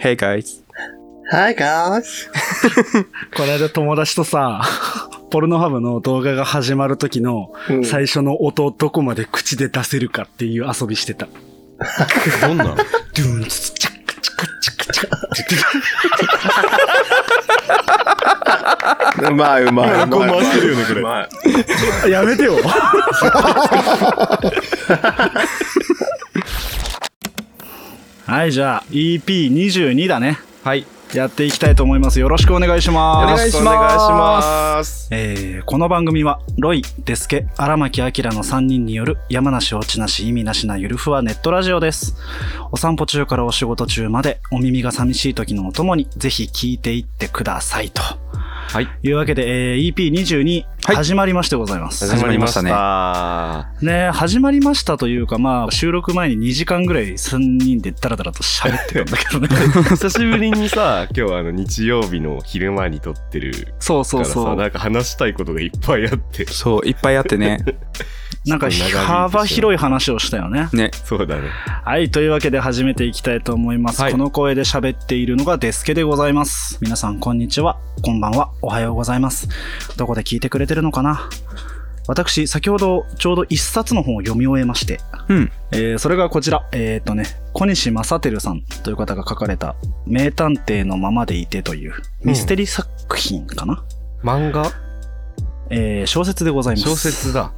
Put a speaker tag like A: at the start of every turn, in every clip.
A: Hey guys.
B: Hi guys!
C: この間友達とさ、ポルノハブの動画が始まる時の
B: うん
C: 最初の音をどこまで口で出せるかっていう遊びしてた。
D: どんなの
C: ドゥンツツチャックチャックチャックチャックって
B: うまいうまい。
D: エアコン回してるよねこれ
B: うまい
C: 言ってたやめてよ はい、じゃあ EP22 だね。
A: はい。よ
C: やっていきたいと思います。よろしくお願いします。
A: ろしくお願いします。。
C: えーこの番組はロイ、デスケ、荒牧明の3人による山梨落ちなし意味なしなゆるふわネットラジオです。お散歩中からお仕事中までお耳が寂しい時のお供にぜひ聞いていってくださいと。はいいうわけで、えー EP22
A: はい
C: 始まりましてございます。
A: 始まりましたね
D: は
C: ね始まりましたというかまあ収録前に2時間ぐらい3人でダラダラと喋ってたんだけ どね。
D: い久しぶりにさ、今日あの日曜日の昼間に撮ってる
C: そうそ
D: か
C: う
D: らさ、
C: そう。
D: なんか話したいことがいっぱいあって。
A: そう、いっぱいあって ね。
C: なんか幅広い話をしたよね。
A: ね。
D: そうだね。
C: はい、というわけで始めていきたいと思います。
A: はい
C: この声で喋っているのがデスケでございます。皆さん、こんにちは。こんばんは。おはようございます。どこで聞いてくれてるのかな私、先ほどちょうど一冊の本を読み終えまして、
A: うん。
C: えーそれがこちら、えーっ、とね、小西正輝さんという方が書かれた、名探偵のままでいてというミステリー作品かな、
D: 漫画
C: えー小説でございます。
D: 小説だ。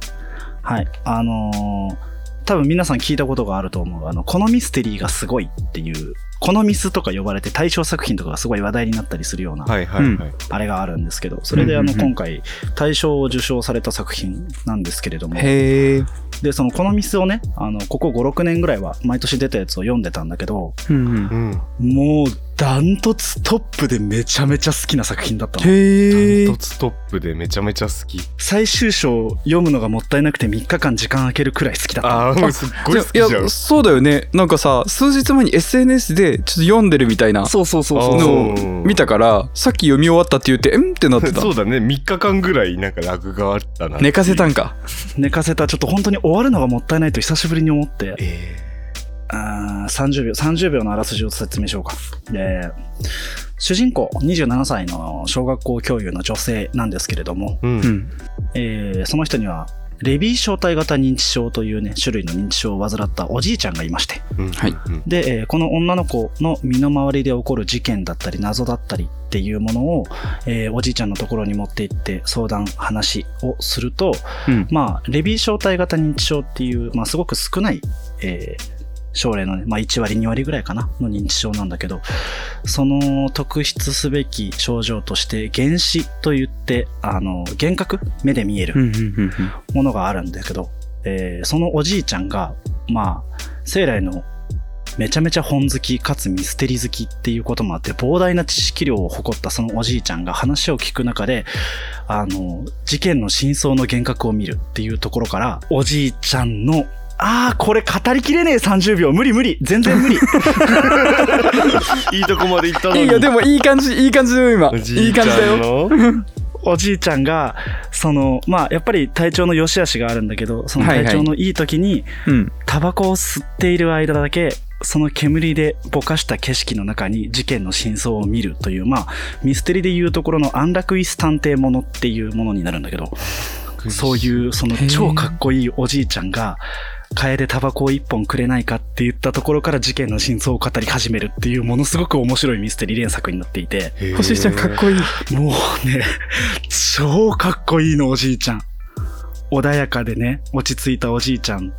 C: はい。あのー多分皆さん聞いたことがあると思う。あの、このミステリーがすごいっていう、このミスとか呼ばれて対象作品とかがすごい話題になったりするような、
D: はいはいはい。
C: あれがあるんですけど、それであ
A: うんう
C: の、
A: んうん
C: 今回、大賞を受賞された作品なんですけれども、
A: へえ。
C: で、その、このミスをね、あの、ここ5、6年ぐらいは毎年出たやつを読んでたんだけど、
A: うんうん。
D: うん。
C: もう、ダントツトップでめちゃめちゃ好きな作品だったの。
A: へ
D: ダントツトップでめちゃめちゃ好き。
C: 最終章を読むのがもったいなくて3日間時間空けるくらい好きだったの。
D: ああ、もうすっごい好きじゃん。
A: いや、そうだよね。なんかさ、数日前に SNS でちょっと読んでるみたいな
C: そうそうそうそう。
A: のを見たから、さっき読み終わったって言って、うんってなってた
D: そ。うだね、3日間ぐらいなんかラグがあったな。
A: 寝かせたんか。
C: 寝かせたちょっと本当に終わるのがもったいないと久しぶりに思って
D: え
C: あー30秒30秒のあらすじを説明しようか、えー主人公27歳の小学校教諭の女性なんですけれども、
D: ーうん
A: う。ん。
C: えーその人にはレビー小体型認知症というね種類の認知症を患ったおじいちゃんがいまして
D: うん
A: はい
D: うん
C: で、えーこの女の子の身の回りで起こる事件だったり謎だったりっていうものを、えーおじいちゃんのところに持って行って相談話をすると、
A: うん。
C: まあ、レビー小体型認知症っていう、まあ、すごく少ない、えー症例のね、まあ、1割、2割ぐらいかな、の認知症なんだけど、その特筆すべき症状として、幻視と言って、あの、幻覚目で見え
A: うん
C: る
A: うんうん
C: ものがあるんだけど、えーそのおじいちゃんが、まあ、生来のめちゃめちゃ本好きかつミステリー好きっていうこともあって膨大な知識量を誇ったそのおじいちゃんが話を聞く中であの事件の真相の幻覚を見るっていうところからおじいちゃんのああ、これ語りきれねえ30秒。無理無理。全然 無理。
D: いいとこまで行った
A: う
D: の
A: ん。
D: に。
A: いいよ、でもいい感じ、いい感じだよ、今。
D: おじ
A: いい
D: ちゃ
A: 感
D: ん
A: じだよ。
D: の
C: おじいちゃんが、その、まあ、やっぱり体調の良し悪しがあるんだけど、その体調のいい時に、
A: うん。
C: タバコを吸っている間だけ、その煙でぼかした景色の中に事件の真相を見るという、まあ、ミステリでいうところの安楽椅子探偵ものっていうものになるんだけど、そういう、その
A: へー
C: 超かっこいいおじいちゃんが、楓でタバコを一本くれないかって言ったところから事件の真相を語り始めるっていう、ものすごく面白いミステリ連作になっていて、
D: へー
A: 星ちゃんかっこいい。
C: もうね、超かっこいいのおじいちゃん。穏やかでね、落ち着いたおじいちゃん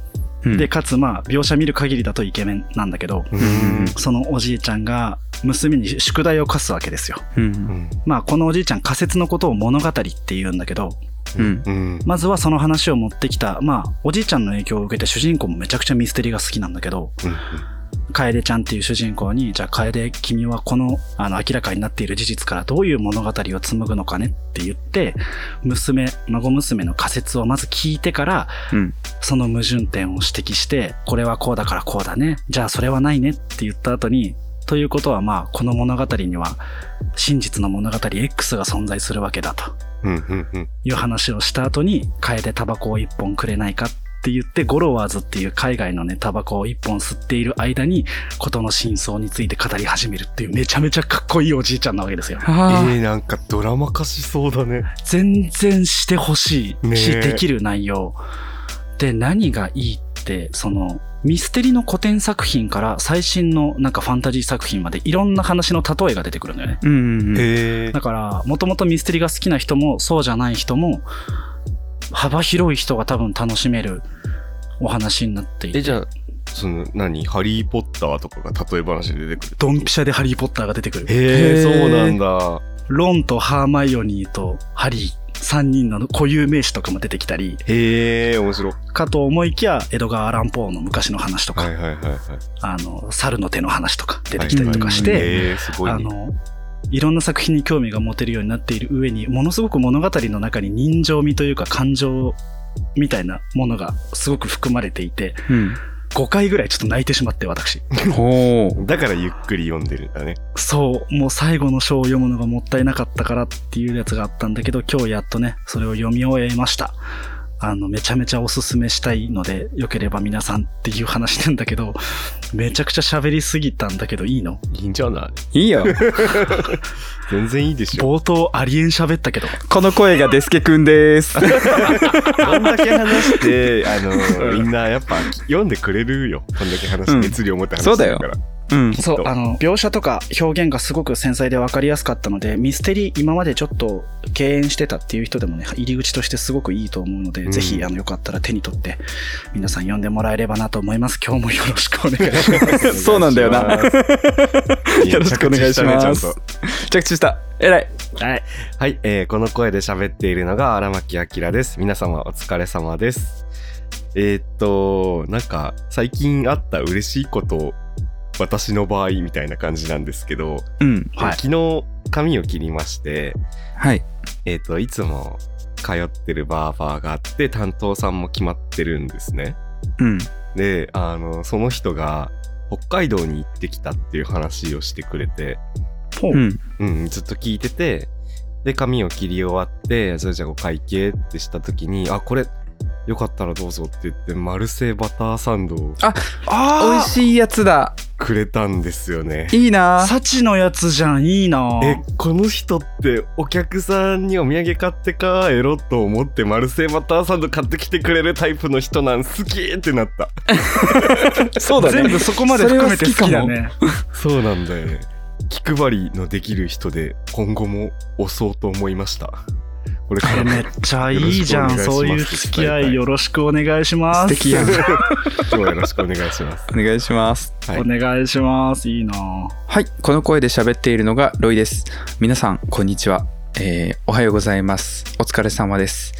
A: うん
C: で、かつまあ、描写見る限りだとイケメンなんだけど、
D: うん
C: そのおじいちゃんが娘に宿題を課すわけですよ。
A: うん。
C: まあ、このおじいちゃん仮説のことを物語って言うんだけど、
A: うん。
D: うん
C: まずはその話を持ってきた、まあ、おじいちゃんの影響を受けて主人公もめちゃくちゃミステリが好きなんだけど、楓ちゃんっていう主人公に、じゃあ楓、君はこの、あの、明らかになっている事実からどういう物語を紡ぐのかねって言って、娘、孫娘の仮説をまず聞いてから、
A: うん
C: その矛盾点を指摘して、これはこうだからこうだね、じゃあそれはないねって言った後に、ということはまあ、この物語には、真実の物語 X が存在するわけだと。
D: うんうんうん
C: いう話をした後に、楓タバコを一本くれないかってって言って、ゴロワーズっていう海外のね、タバコを一本吸っている間に、ことの真相について語り始めるっていう、めちゃめちゃかっこいいおじいちゃんなわけですよ。
D: え
A: あ
D: ー、なんかドラマ化しそうだね。
C: 全然してほしいし、
D: ねえ
C: できる内容。で、何がいいって、その、ミステリの古典作品から最新のなんかファンタジー作品までいろんな話の例えが出てくるんだよね。
A: ーうんうんうん
D: へえ
C: だから、もともとミステリが好きな人も、そうじゃない人も、幅広い人が多分楽しめるお話になってい
D: え、
C: て。
D: じゃあ、その、何ハリー・ポッターとかが例え話で出てくる。
C: ドンピシャでハリー・ポッターが出てくる。
D: へ
A: へー
D: え、そうなんだ。
C: ロンとハーマイオニーとハリー、3人の固有名詞とかも出てきたり、
D: へえ、面白い。
C: かと思いきや、エドガー・アラン・ポーの昔の話とか、
D: はいはいはいはい。
C: あの、猿の手の話とか出てきたりとかし
A: はい
C: て、
D: へえ、すごい
C: あ
D: ね。
C: の、いろんな作品に興味が持てるようになっている上に、ものすごく物語の中に人情味というか感情みたいなものがすごく含まれていて、
A: うん
C: 5回ぐらいちょっと泣いてしまっ て、私。
A: ほう
D: だからゆっくり読んでるんだね。
C: そう、もう最後の章を読むのがもったいなかったからっていうやつがあったんだけど、今日やっとね、それを読み終えました。あの、めちゃめちゃおすすめしたいので、よければ皆さんっていう話なんだけど、めちゃくちゃ喋りすぎたんだけど、いいの
D: いいんじゃない
A: いいよ
D: 全然いいでしょ。
C: 冒頭ありえん喋った けど、
A: この声がデスケくん です
D: こんだけ話して、あの、みんなやっぱ読んでくれるよ。こんだけ話、
A: うん
D: 熱量持って話してるから。
A: うん
C: そう
D: きっ、と
C: あの、描写とか表現がすごく繊細で分かりやすかったので、ミステリー今までちょっと敬遠してたっていう人でもね、入り口としてすごくいいと思うので、
D: うん
C: ぜひ、あの、よかったら手に取って、皆さん読んでもらえればなと思います。今日もよろしくお願いします。
A: そうなんだよなよろしくお願いし
D: めちゃ
A: ま
D: くちゃしたねち
A: す
D: ゃんと
A: 着地したえらい
D: はい、はいえーこの声で喋っているのが荒牧明です皆様お疲れ様ですえーっとなんか最近あった嬉しいこと私の場合みたいな感じなんですけど、
A: うん
C: はい
D: 昨日髪を切りまして
A: はい
D: えーっといつも通ってるバーバーがあって担当さんも決まってるんですね
A: うん
D: であのその人が北海道に行ってきたっていう話をしてくれて
C: ほう
A: うん
D: うん、ずっと聞いてて、で、髪を切り終わって、それじゃあお会計ってした時に、あ、これ、よかったらどうぞって言って、マルセイバターサンド
A: 美
D: を
C: あ
A: 味しいやつだ
D: くれたんですよね。
A: いい
C: あ
A: な
C: サチのやつじゃん、いいな
D: え、この人ってお客さんにお土産買って帰ろうと思ってマルセイバターサンド買ってきてくれるタイプの人なん好きってなった。
A: そうだね
C: 全部そこまで含めて好きだね。
D: そうなんだよね。気配りのできる人で今後も押そうと思いました。これか
C: あれ
D: ら
C: め
D: ね
C: っちゃいいじゃん。
D: よろしくお
C: そう
D: 願い
C: い
D: うします
C: 付き合いよろしくお願いしま
A: 素
C: す。
A: 敵やん
D: 今日はよろしくお願いします。
A: お願いします
D: はい
C: お願いします。いいな
A: はい、この声で喋っているのがロイです。皆さん、こんにちは。えーおはようございます。お疲れ様です。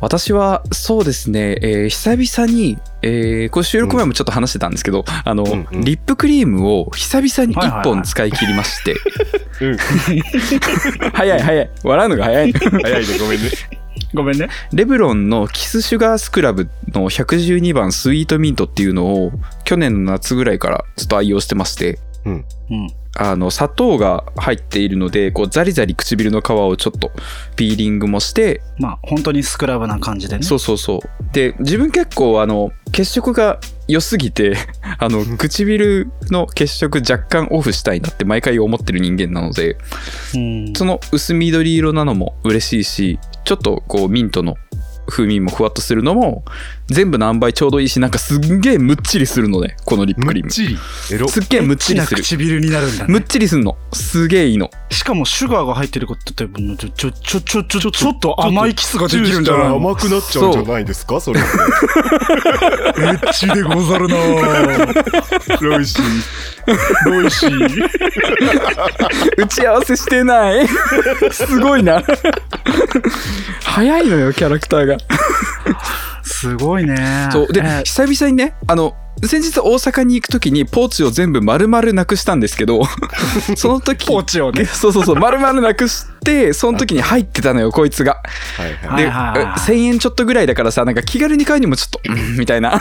A: 私は、そうですね、えー久々に、えーこう収録前もちょっと話してたんですけど、あの、
D: うんうん
A: リップクリームを久々に
C: はいはいはい
A: 1本使い切りま して、
D: うん、
A: 早い早い、笑うのが早い。
D: 早いね、ごめんね。
C: ごめんね。
A: レブロンのキスシュガースクラブの112番スイートミントっていうのを、去年の夏ぐらいからずっと愛用してまして、
C: うん。
A: あの砂糖が入っているのでこうザリザリ唇の皮をちょっとピーリングもして、
C: まあ、本当にスクラブな感じでね。
A: そうそうそうで自分結構あの血色が良すぎて あの唇の血色若干オフしたいなって毎回思ってる人間なので
C: うん。
A: その薄緑色なのも嬉しいしちょっとこうミントの風味もふわっとするのも全部何倍ちょうどいいしなんかすんげえむっちりするのねこのリップクリームす
D: ちり。エロ。
A: っげえむっちり
C: な
A: する
C: 唇になるんだ、
A: むっ
C: ね。
A: ちりすんのすげえいいの
C: しかもシュガーが入ってることって、ちょ、ちょ、ちょ、ちょ、ちょ、ちょっと甘いキスができるんじゃない
D: 甘くなっちゃうんじゃないですかそれ。
C: エッチでござるなぁ
D: ロイシー。
C: ロイシー。
A: 打ち合わせしてないすごいな早いのよキャラクターが
C: すごいね。
A: そうで
C: えー
A: 久々にねあの先日大阪に行く時にポーチを全部丸々なくしたんですけどその時
C: ポーチをね
A: そうそうそう丸々なくしてその時に入ってたのよこいつが
D: はいはい。
A: で、
C: はいはいはい
A: 1000円ちょっとぐらいだからさなんか気軽に買うにもちょっとうんみたいな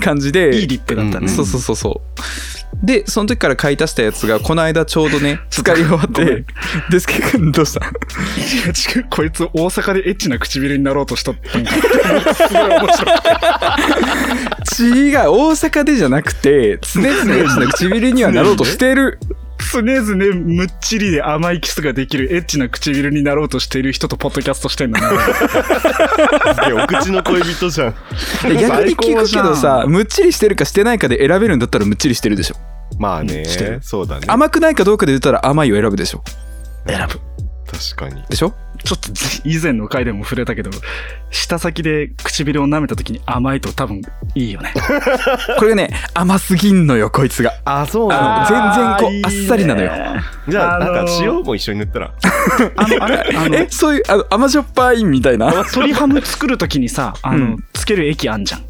A: 感じで
C: いいリップだったね。
A: そうそうそうそうで、その時から買い足したやつが、この間ちょうど ね、使い終わっ
C: ごめ
A: て、
C: ん
A: デスケ君どうした
C: 違う こいつ大阪でエッチな唇になろうとしとったんかなすごい面白い
A: 違う、大阪でじゃなくて、常々エッチな唇にはなろうとしてる。
C: 常々むっちりで甘いキスができるエッチな唇になろうとしている人とポッドキャストしてんのね
D: いやお口の恋人じゃん。
A: いや逆に聞くけど
C: 最高
A: さ、むっちりしてるかしてないかで選べるんだったらむっちりしてるでしょ。
D: まあね
C: してる、
D: そうだね。
A: 甘くないかどうかで言ったら甘いを選ぶでしょ。
C: 選ぶ
D: 確かに。
A: でしょ
C: ちょっと以前の回でも触れたけど舌先で唇を舐めた時に甘いと多分いいよね
A: これがね、甘すぎんのよ、こいつが。
D: あ、そう
A: あ
D: なん
A: の
D: だ。
A: 全然こう
C: ーいいね
A: あっさりなのよ
D: じゃあ、
C: あのー
D: なんか塩も一緒に塗ったら。
C: あの あれあ
A: え、
C: の
A: そういう、あの、甘じょっぱいみたいな。
C: 鶏ハム作る時にさあの、
A: うん
C: つける液あんじゃん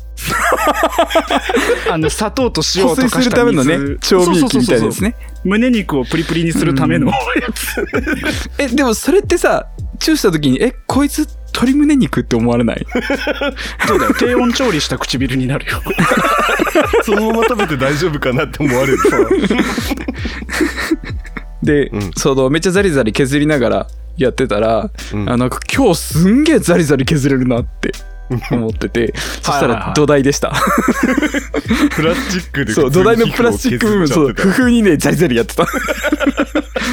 C: あの砂糖と塩
A: 保
C: を溶
A: 水
C: かし
A: す
C: た水
A: るためのね、調味液みたいなやつね。
C: 胸肉をプリプリにするためのやつ。
A: え、でもそれってさ、チューした時に、え、こいつ鶏胸肉って思われ ない
C: そうだよ。低温調理した唇になるよ。
D: そのまま食べて大丈夫かなって思われる。
A: で、
D: うん
A: その、めっちゃザリザリ削りながらやってたら、
D: うん
A: あなんか今日すんげえザリザリ削れるなって思ってて、そした
C: はいはいは
A: ら
C: い
A: 土台で した。
D: プラスチックで。
A: そう、土台のプラスチック部分、そう、工夫にね、ザリザリやってた。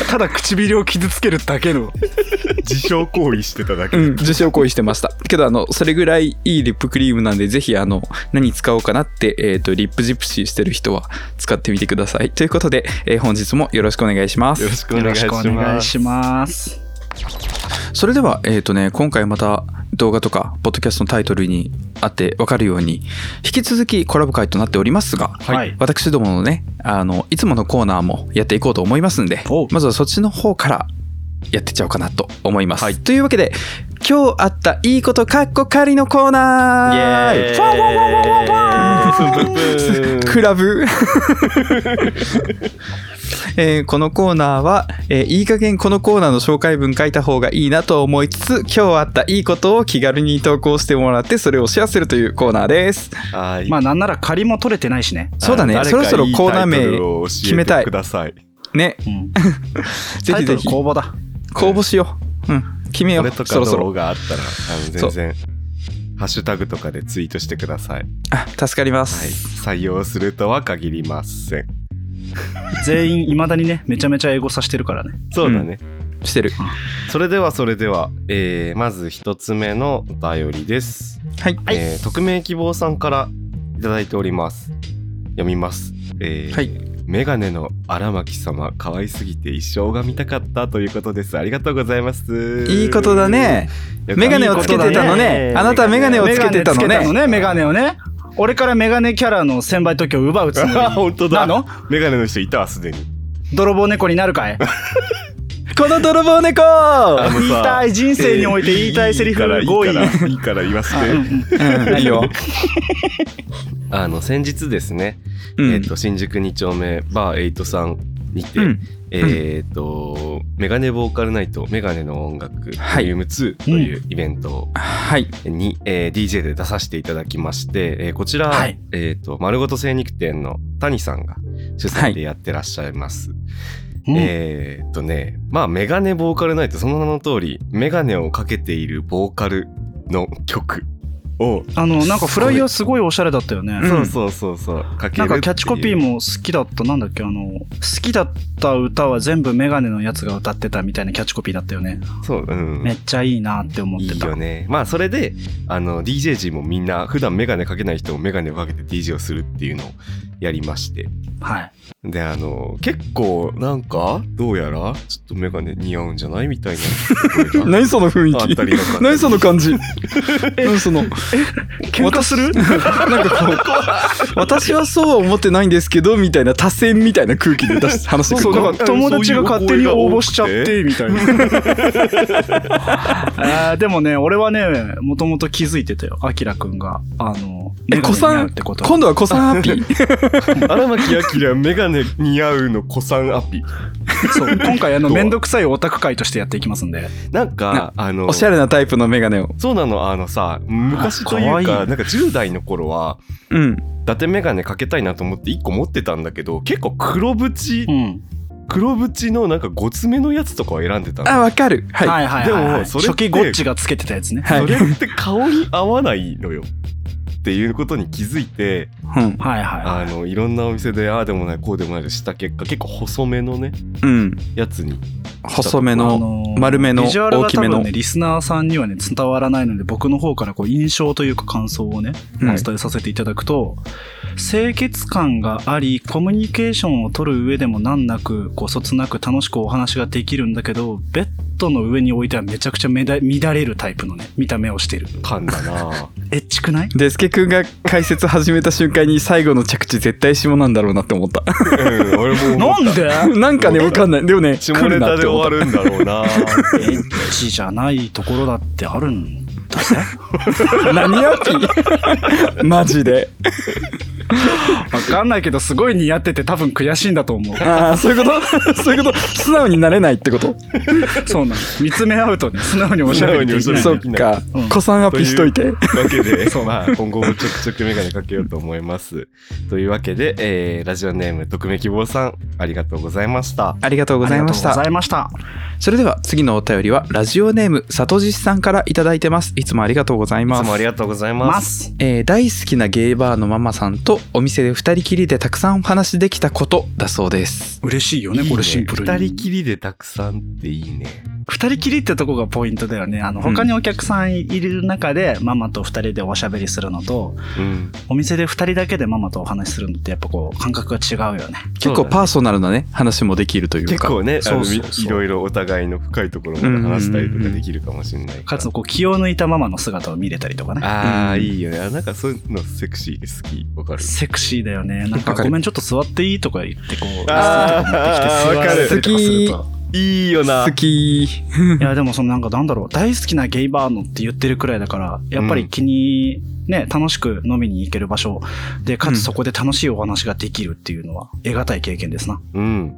C: ただ唇を傷つけるだけの。
D: 自傷行為してただけ
A: う。ん、受賞行為してました。けど、あの、それぐらいいいリップクリームなんで、ぜひ、あの、何使おうかなって、えっ、と、リップジプシーしてる人は使ってみてください。ということで、えー本日もよろしくお願いします
D: よろ。しくお願いします。
C: します。
A: それでは、えっ、とね、今回また動画とか、ポッドキャストのタイトルにあってわかるように、引き続きコラボ会となっておりますが、
C: はい
A: 私どものね、あの、いつものコーナーもやっていこうと思いますんで
C: おう、
A: まずはそっちの方からやってっちゃおうかなと思います。というわけで、今日あったいいことかっこかりのコーナー
D: イエーイ
A: ファンファンファンファンファン
D: ブンブンブン
A: クラブえーこのコーナーは、えーいい加減このコーナーの紹介文書いた方がいいなと思いつつ今日あったいいことを気軽に投稿してもらってそれをシェアするというコーナーです
D: はい
C: まあなんなら仮も取れてないしね。
A: そうだね
D: 誰
A: そ
D: か
A: ろそろコーナー
D: いいタイトルを
A: 名
D: 教えて
A: 決めたい
D: ください。
A: ね
C: うん。
A: ぜ
C: タ
A: ひ
C: イ
A: ぜ
C: トル
A: ひ
C: 公募だ。
A: 公募しよううん決めよ
D: こ
A: う
D: れとか
A: そろそ
D: 動
A: ろ
D: 画あったら、あの全然、ハッシュタグとかでツイートしてください。
A: あ助かりま
D: はい。
A: す、
D: 採用するとは限りません。
C: 全員いまだにね、めちゃめちゃ英語さしてるからね。
D: そうだね。
A: してる
D: それではそれでは、えーまず一つ目のお便りです。
A: はい、
D: えー匿名希望さんからいただいております。読みます。えー
A: はい
D: メガネの荒牧様可愛すぎて一生が見たかったということです。ありがとうございます。
A: いいことだね
D: よかった。
A: メガネをつけてたのね
C: いいことだね
A: あなたメガネをつけてたの
C: メガネつけたの
A: ね
C: ね、メガネをね。俺からメガネキャラの先輩特許を奪 うつもり。
D: あ本当だ。
C: なの
D: メガネの人いたわすでに。
C: 泥棒猫になるかい
A: この泥棒猫
D: あのさ
C: 言いたい人生において言いたいセリフ
D: からい
C: 5
D: い
C: 位。
D: からいいから言わせ
C: あうんう
D: て。
C: ん
A: うんいいよ、
D: あの先日ですね、
A: うん
D: えっ、と新宿2丁目バー8さんにて、
A: うん
D: えっ、とメガネボーカルナイトメガネの音楽
A: はい
D: Vol.2 というイベントを
A: はい
D: に、えー DJ で出させていただきまして、えーこちら、
C: はい
D: えっ、と、丸ごと精肉店の谷さんが主催でやってらっしゃいます。えーっとね、まあ、メガネボーカルナイト、その名の通り、メガネをかけているボーカルの曲を、
C: あの、なんかフライヤーすごいおしゃれだったよね。
A: ん
D: そうそうそうそう、かけるってい
C: な
D: うん
C: かキャッチコピーも好きだった、なんだっけ、あの、好きだった歌は全部メガネのやつが歌ってたみたいなキャッチコピーだったよね。
D: そう、うん。
C: めっちゃいいなって思っ
D: い
C: て
D: い
C: た。
D: よね。まあ、それで、あの、DJ 陣もみんな、普段メガネかけない人もメガネをかけて DJ をするっていうのをやりまして。
C: はい。
D: であの結構なんかどうやらちょっとメガネ似合うんじゃないみたいな
A: 何その雰囲
D: あっ
A: 気
D: たりとか
A: 何その感じ何その
C: 喧嘩する
A: なんかこう私はそうは思ってないんですけどみたいな多選みたいな空気で出し話して
D: そ
A: く
D: う
A: る
D: な
A: か
D: んか
C: 友達が勝手に応募しちゃっ
D: そう
C: て、みたいな。あーでもね、俺はね、もともと気づいてたよ。アキラくんが、あの、
A: え
C: メガ
A: 子
C: ネに
A: さ
C: なる
A: ん
C: ってことに。
A: 今度は子さんハッピー
D: 荒牧明メガネ似合うの子さんアピ
C: そう今回あのめんどくさいオタク会としてやっていきますんで
D: なんか、あの、
A: おしゃれなタイプのメガネを。
D: そうなの、あのさ、昔というか、
C: あ可愛い
D: なんか10代の頃は、
A: うん。
D: 伊達メガネかけたいなと思って1個持ってたんだけど、結構黒縁、
C: うん
D: 黒縁のなんかごつめのやつとかを選んでたの。
A: あ、わかる。はい。
C: はいはいはいはい
D: でもそれって
C: 初期ゴッチがつけてたやつね
A: はい
D: それって顔に合わないのよ。っていうことに気づいて、
A: うん。
C: はいは
D: あの、いろんなお店で、ああでもない、こうでもないでした結果、結構細めのね、
A: うん。
D: やつに。
A: 細め
C: いあ
A: の。
C: のー
A: 丸めの
C: ビジュアル
A: 大
C: が
A: き
C: 多
A: めの
C: 分ねリスナーさんにはね伝わらないので僕の方からこう印象というか感想をねお
A: うん
C: 伝えさせていただくと、清潔感がありコミュニケーションを取る上でも難なくこうそつなく楽しくお話ができるんだけどベッドの上に置いてはめちゃくちゃめだ乱れるタイプのね見た目をしている
D: 噛んだな ぁ
C: エッチくない
A: デスケ君が解説始めた瞬間に最後の着地絶対下なんだろうなって思 った。
D: うん、俺も思っ
C: なんで
A: なんかね、わかんない。でもね、
D: 下
A: 来
D: ネ
A: るな
D: タ
A: っ
D: で
A: て
D: 終
A: 思
D: わ
A: った。
D: るんだろうな
C: エッチじゃないところだってあるんだ ぜ
A: 何やき マジで。
C: わかんないけどすごい似合ってて多分悔しいんだと思う
A: あ あ、そういうことそういうこと素直になれないってこと
C: そうなの。見つめ合うとね、素直におしゃべりできない。
D: 素
A: そっ
D: 直に
A: か
C: うん。
A: 子さんアピしといて。
D: わけ で、まあ、今後もちょくちょくメガネかけようと思います。というわけで、えーラジオネーム、匿名希望さん、ありがとうございました。
A: ありがとうございまし
C: ありがとうご
A: た。
C: ざいました。
A: それでは次のお便りは、ラジオネーム、さとじしさんからいただいてます。いつもありがとうござい
D: い
A: ま
D: つ
A: す
D: もあ。りがとうございま。
C: ますす。
A: えー大好きなゲイバーのママさんとお店で二人きりでたくさんお話できたことだそうです。
C: 嬉しいよね、これシンプルに。
D: 二人きりでたくさんっていいね。
C: 二人きりってとこがポイントだよね。あの、
A: うん
C: 他にお客さんいる中で、ママと二人でおしゃべりするのと、
D: うん。
C: お店で二人だけでママとお話しするのって、やっぱこう、感覚が違うよね。
A: 結構パーソナルなね、話もできるという
D: 結
A: か。
D: 構ね、あの
C: そうそうそう
D: いろいろお互いの深いところまで話したりとかできるかもしれない
C: か
D: から。
C: つ、こう、気を抜いたママの姿を見れたりとかね。
D: ああ、
A: うん
D: いいよね。あなんかそういうのセクシーで好き。わかる。
C: セクシーだよね。なんか、
A: わかる
C: ごめん、ちょっと座っていいとか言って、こう、
D: あー
C: 椅子とか持ってきて座ったりとかすると。
D: いいよな
A: 好。 き。
C: いや、でもそのなんかなんだろう、大好きなゲイバーのって言ってるくらいだから、やっぱり気に、ね、楽しく飲みに行ける場所で、かつそこで楽しいお話ができるっていうのは、得難い経験ですな。
D: うん。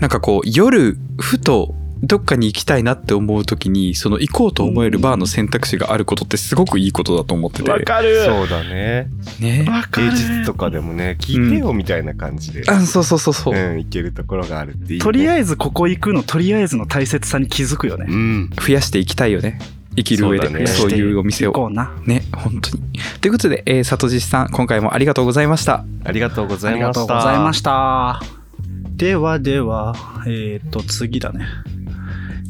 A: なんかこう、夜、ふと、どっかに行きたいなって思うときに、その行こうと思えるバーの選択肢があることってすごくいいことだと思ってて。
C: る
D: そうだね。
A: ね。
C: わか
D: 平
C: る
D: 日とかでもね、聞いてよみたいな感じで。
A: あ、そうそうそうそうう。
D: ん、行けるところがあるっていい、ね。
C: とりあえずここ行くの、とりあえずの大切さに気づくよね。
D: うん。
A: 増やしていきたいよね。生きる上で。
D: そ
A: そ
D: う
A: う,、
D: だね
A: いうお店
C: 行
A: を。
C: こうな。
A: ね、本当に。ということで、えー、里地さん、今回もありがとうございました。
D: ありがとうござ
C: あ
D: い
C: り
D: ま
C: が
D: した。
C: とうございました。ではでは、えっ、と、次だね。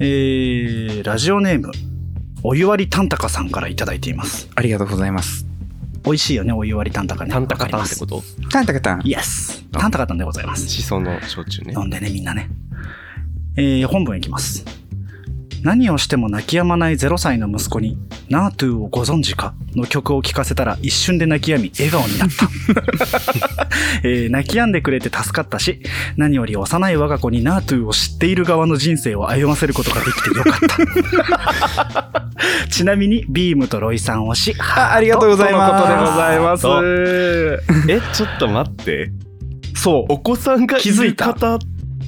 C: えー、ラジオネーム、お湯割りたんたかさんからいただいています。
A: ありがとうございます。
C: 美味しいよね、お湯割りたんたかね。わかります
D: と
A: タンタカタン。
C: イエスタンタカタンでございます。
D: しその焼酎ね。
C: 飲んでね、みんなね。えー、本文いきます。何をしても泣き止まない0歳の息子に、ナートゥーをご存知かの曲を聴かせたら一瞬で泣き止み、笑顔に なった。えー泣き止んでくれて助かったし、何より幼い我が子にナートゥーを知っている側の人生を歩ませることができてよか った。ちなみに、ビームとロイさん推し、
A: あありがとうございます
C: とのことでございま
D: あ
C: す。
D: え、ちょっと待って。
C: そう。
D: お子さんがい
C: 気づ
D: る
C: いた
D: 方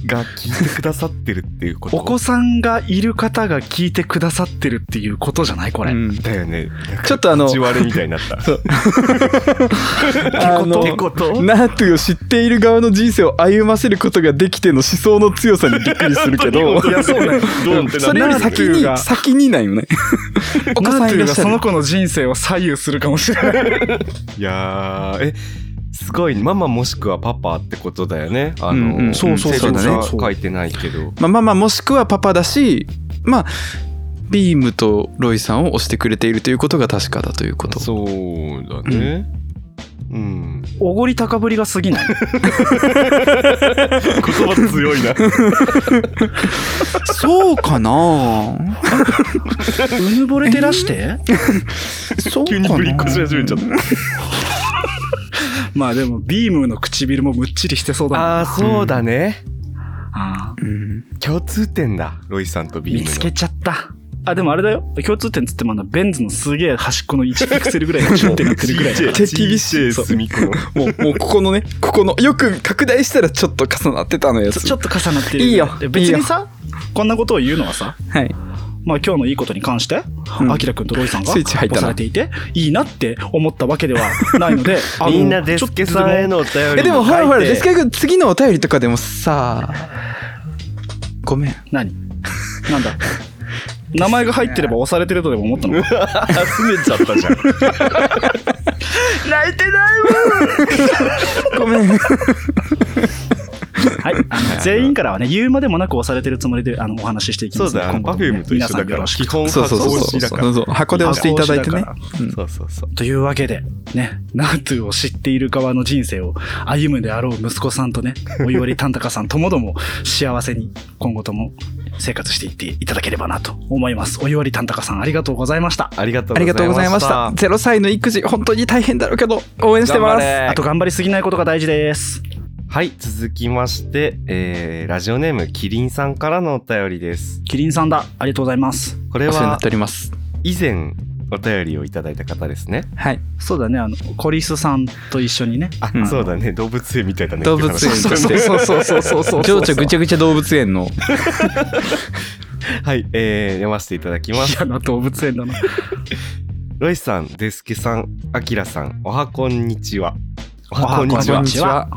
D: が聞いてくださってるっていうこと。
C: お子さんがいる方が聞いてくださってるっていうことじゃないこれ。
A: うん
D: だよね。
A: ちょっとあの
D: 口割れみたいになった。
A: あの
C: こと
A: ナートゥを知っている側の人生を歩ませることができての思想の強さにびっくりする けど、
D: いや、そうなんだドンってなった
A: それより先
C: ナートゥ
A: に、
C: が
A: 先になんよ ね。お子さんいらっしゃ
C: その
A: る。
C: 子の人生を左右するかもしれ ない。
D: いやー、え、すごい、ママもしくはパパってことだよね。あ
A: うんうん
D: の、
A: そうそうそう
D: 性別
A: そうだ
D: は
A: ね
D: 書いてないけど。
A: まあまあまあ、もしくはパパだし、まあ、ビームとロイさんを押してくれているということが確かだということ。
D: そうだね。うん。
C: おごり高ぶりが過ぎない。
D: 言葉強い な。
A: そうか な
C: うぬぼれてらして
A: そうかな
D: 急にぶりっこし始めちゃった。
C: まあでも、ビームの唇もむっちりしてそうだな。
D: ああ、そうだね。
C: あー
A: うん
D: 共通点だ、ロイさんとビーム
C: 見
D: の。
C: つけちゃった。あ、でもあれだよ。共通点つってもあの、ベンズのすげえ端っこの1ピクセルぐらいがキュンってなってるぐ らいだから。
A: 手厳しい
D: すみこの。
A: もう、もうここのね、ここの、よく拡大したらちょっと重なってたのや
C: ちょ
A: つ。
C: ちょっと重なってる。
A: いいよ
C: で別にさ、こんなことを言うのはさ、
A: はい。
C: まあ今日のいいことに関して、
A: うん
C: アキラくんとロイさんが
A: スイッチ入ったな
C: 押されていて、いいなって思ったわけではない ので、あの
D: みんなデスケさんへのお便りも書いて。
A: え、でもほらほら、デスカイ君、次のお便りとかでもさ、ごめん。
C: 何なんだ名前が入ってれば押されてるとでも思ったのか
D: 集めちゃったじゃん。
C: 泣いてないわ
A: ご めん。
C: はい、あの全員からはね、言うまでもなく押されてるつもりであのお話ししていき
D: そ
C: ま
D: う
C: すの
D: だよ、
C: で、
D: あの
C: 今
D: パ
C: 後
D: フュー
C: とも
D: ムと一
C: 皆
D: 緒
C: さ
D: だ
C: ん
D: か
C: よ
D: ら、
C: ろし
D: 基
C: く。
D: 本
A: そうそう
D: 発
A: そう
D: 音
A: そ
D: し
A: う
D: だか
A: そ
D: ら
A: う。そう。箱で押していただいてね
C: 箱。
A: うん
D: そうそうそう。
C: というわけで、ね、ナートゥを知っている側の人生を歩むであろう息子さんとね、おいおりたんたかさんともども幸せに今後とも生活していっていただければなと思います。おいおりたんたかさんありがとうございました。
D: ありがとう
A: ありがとうご
D: ご
A: ざ
D: ざ
A: い
D: い
A: ま
D: ま
A: し。
D: したた。
A: 0歳の育児、本当に大変だろうけど、応援してます。
C: あ
D: あ
C: と
D: と
C: 頑張りすぎないことが大事です。
D: はい、続きまして、えーラジオネームキリンさんからのお便りです。
C: キリンさんだ。ありがとうございます。
D: これ
A: お世話にな
D: は
A: っております。
D: 以前お便りをいただいた方ですね。
A: はい。
C: そうだね、あの、コリスさんと一緒にね、
D: あ、
A: うん
D: そうだね、動物園みたいだね。
A: 動物園と
D: っていう話
A: して。そうそうそうそうそう。情緒ぐちゃぐちゃ動物園の。
D: はい、えー読ませていただきます。
C: 嫌な動物園だな。
D: ロイさん、デスケさん、アキラさん、おはこんにちは。お
C: はこんにちは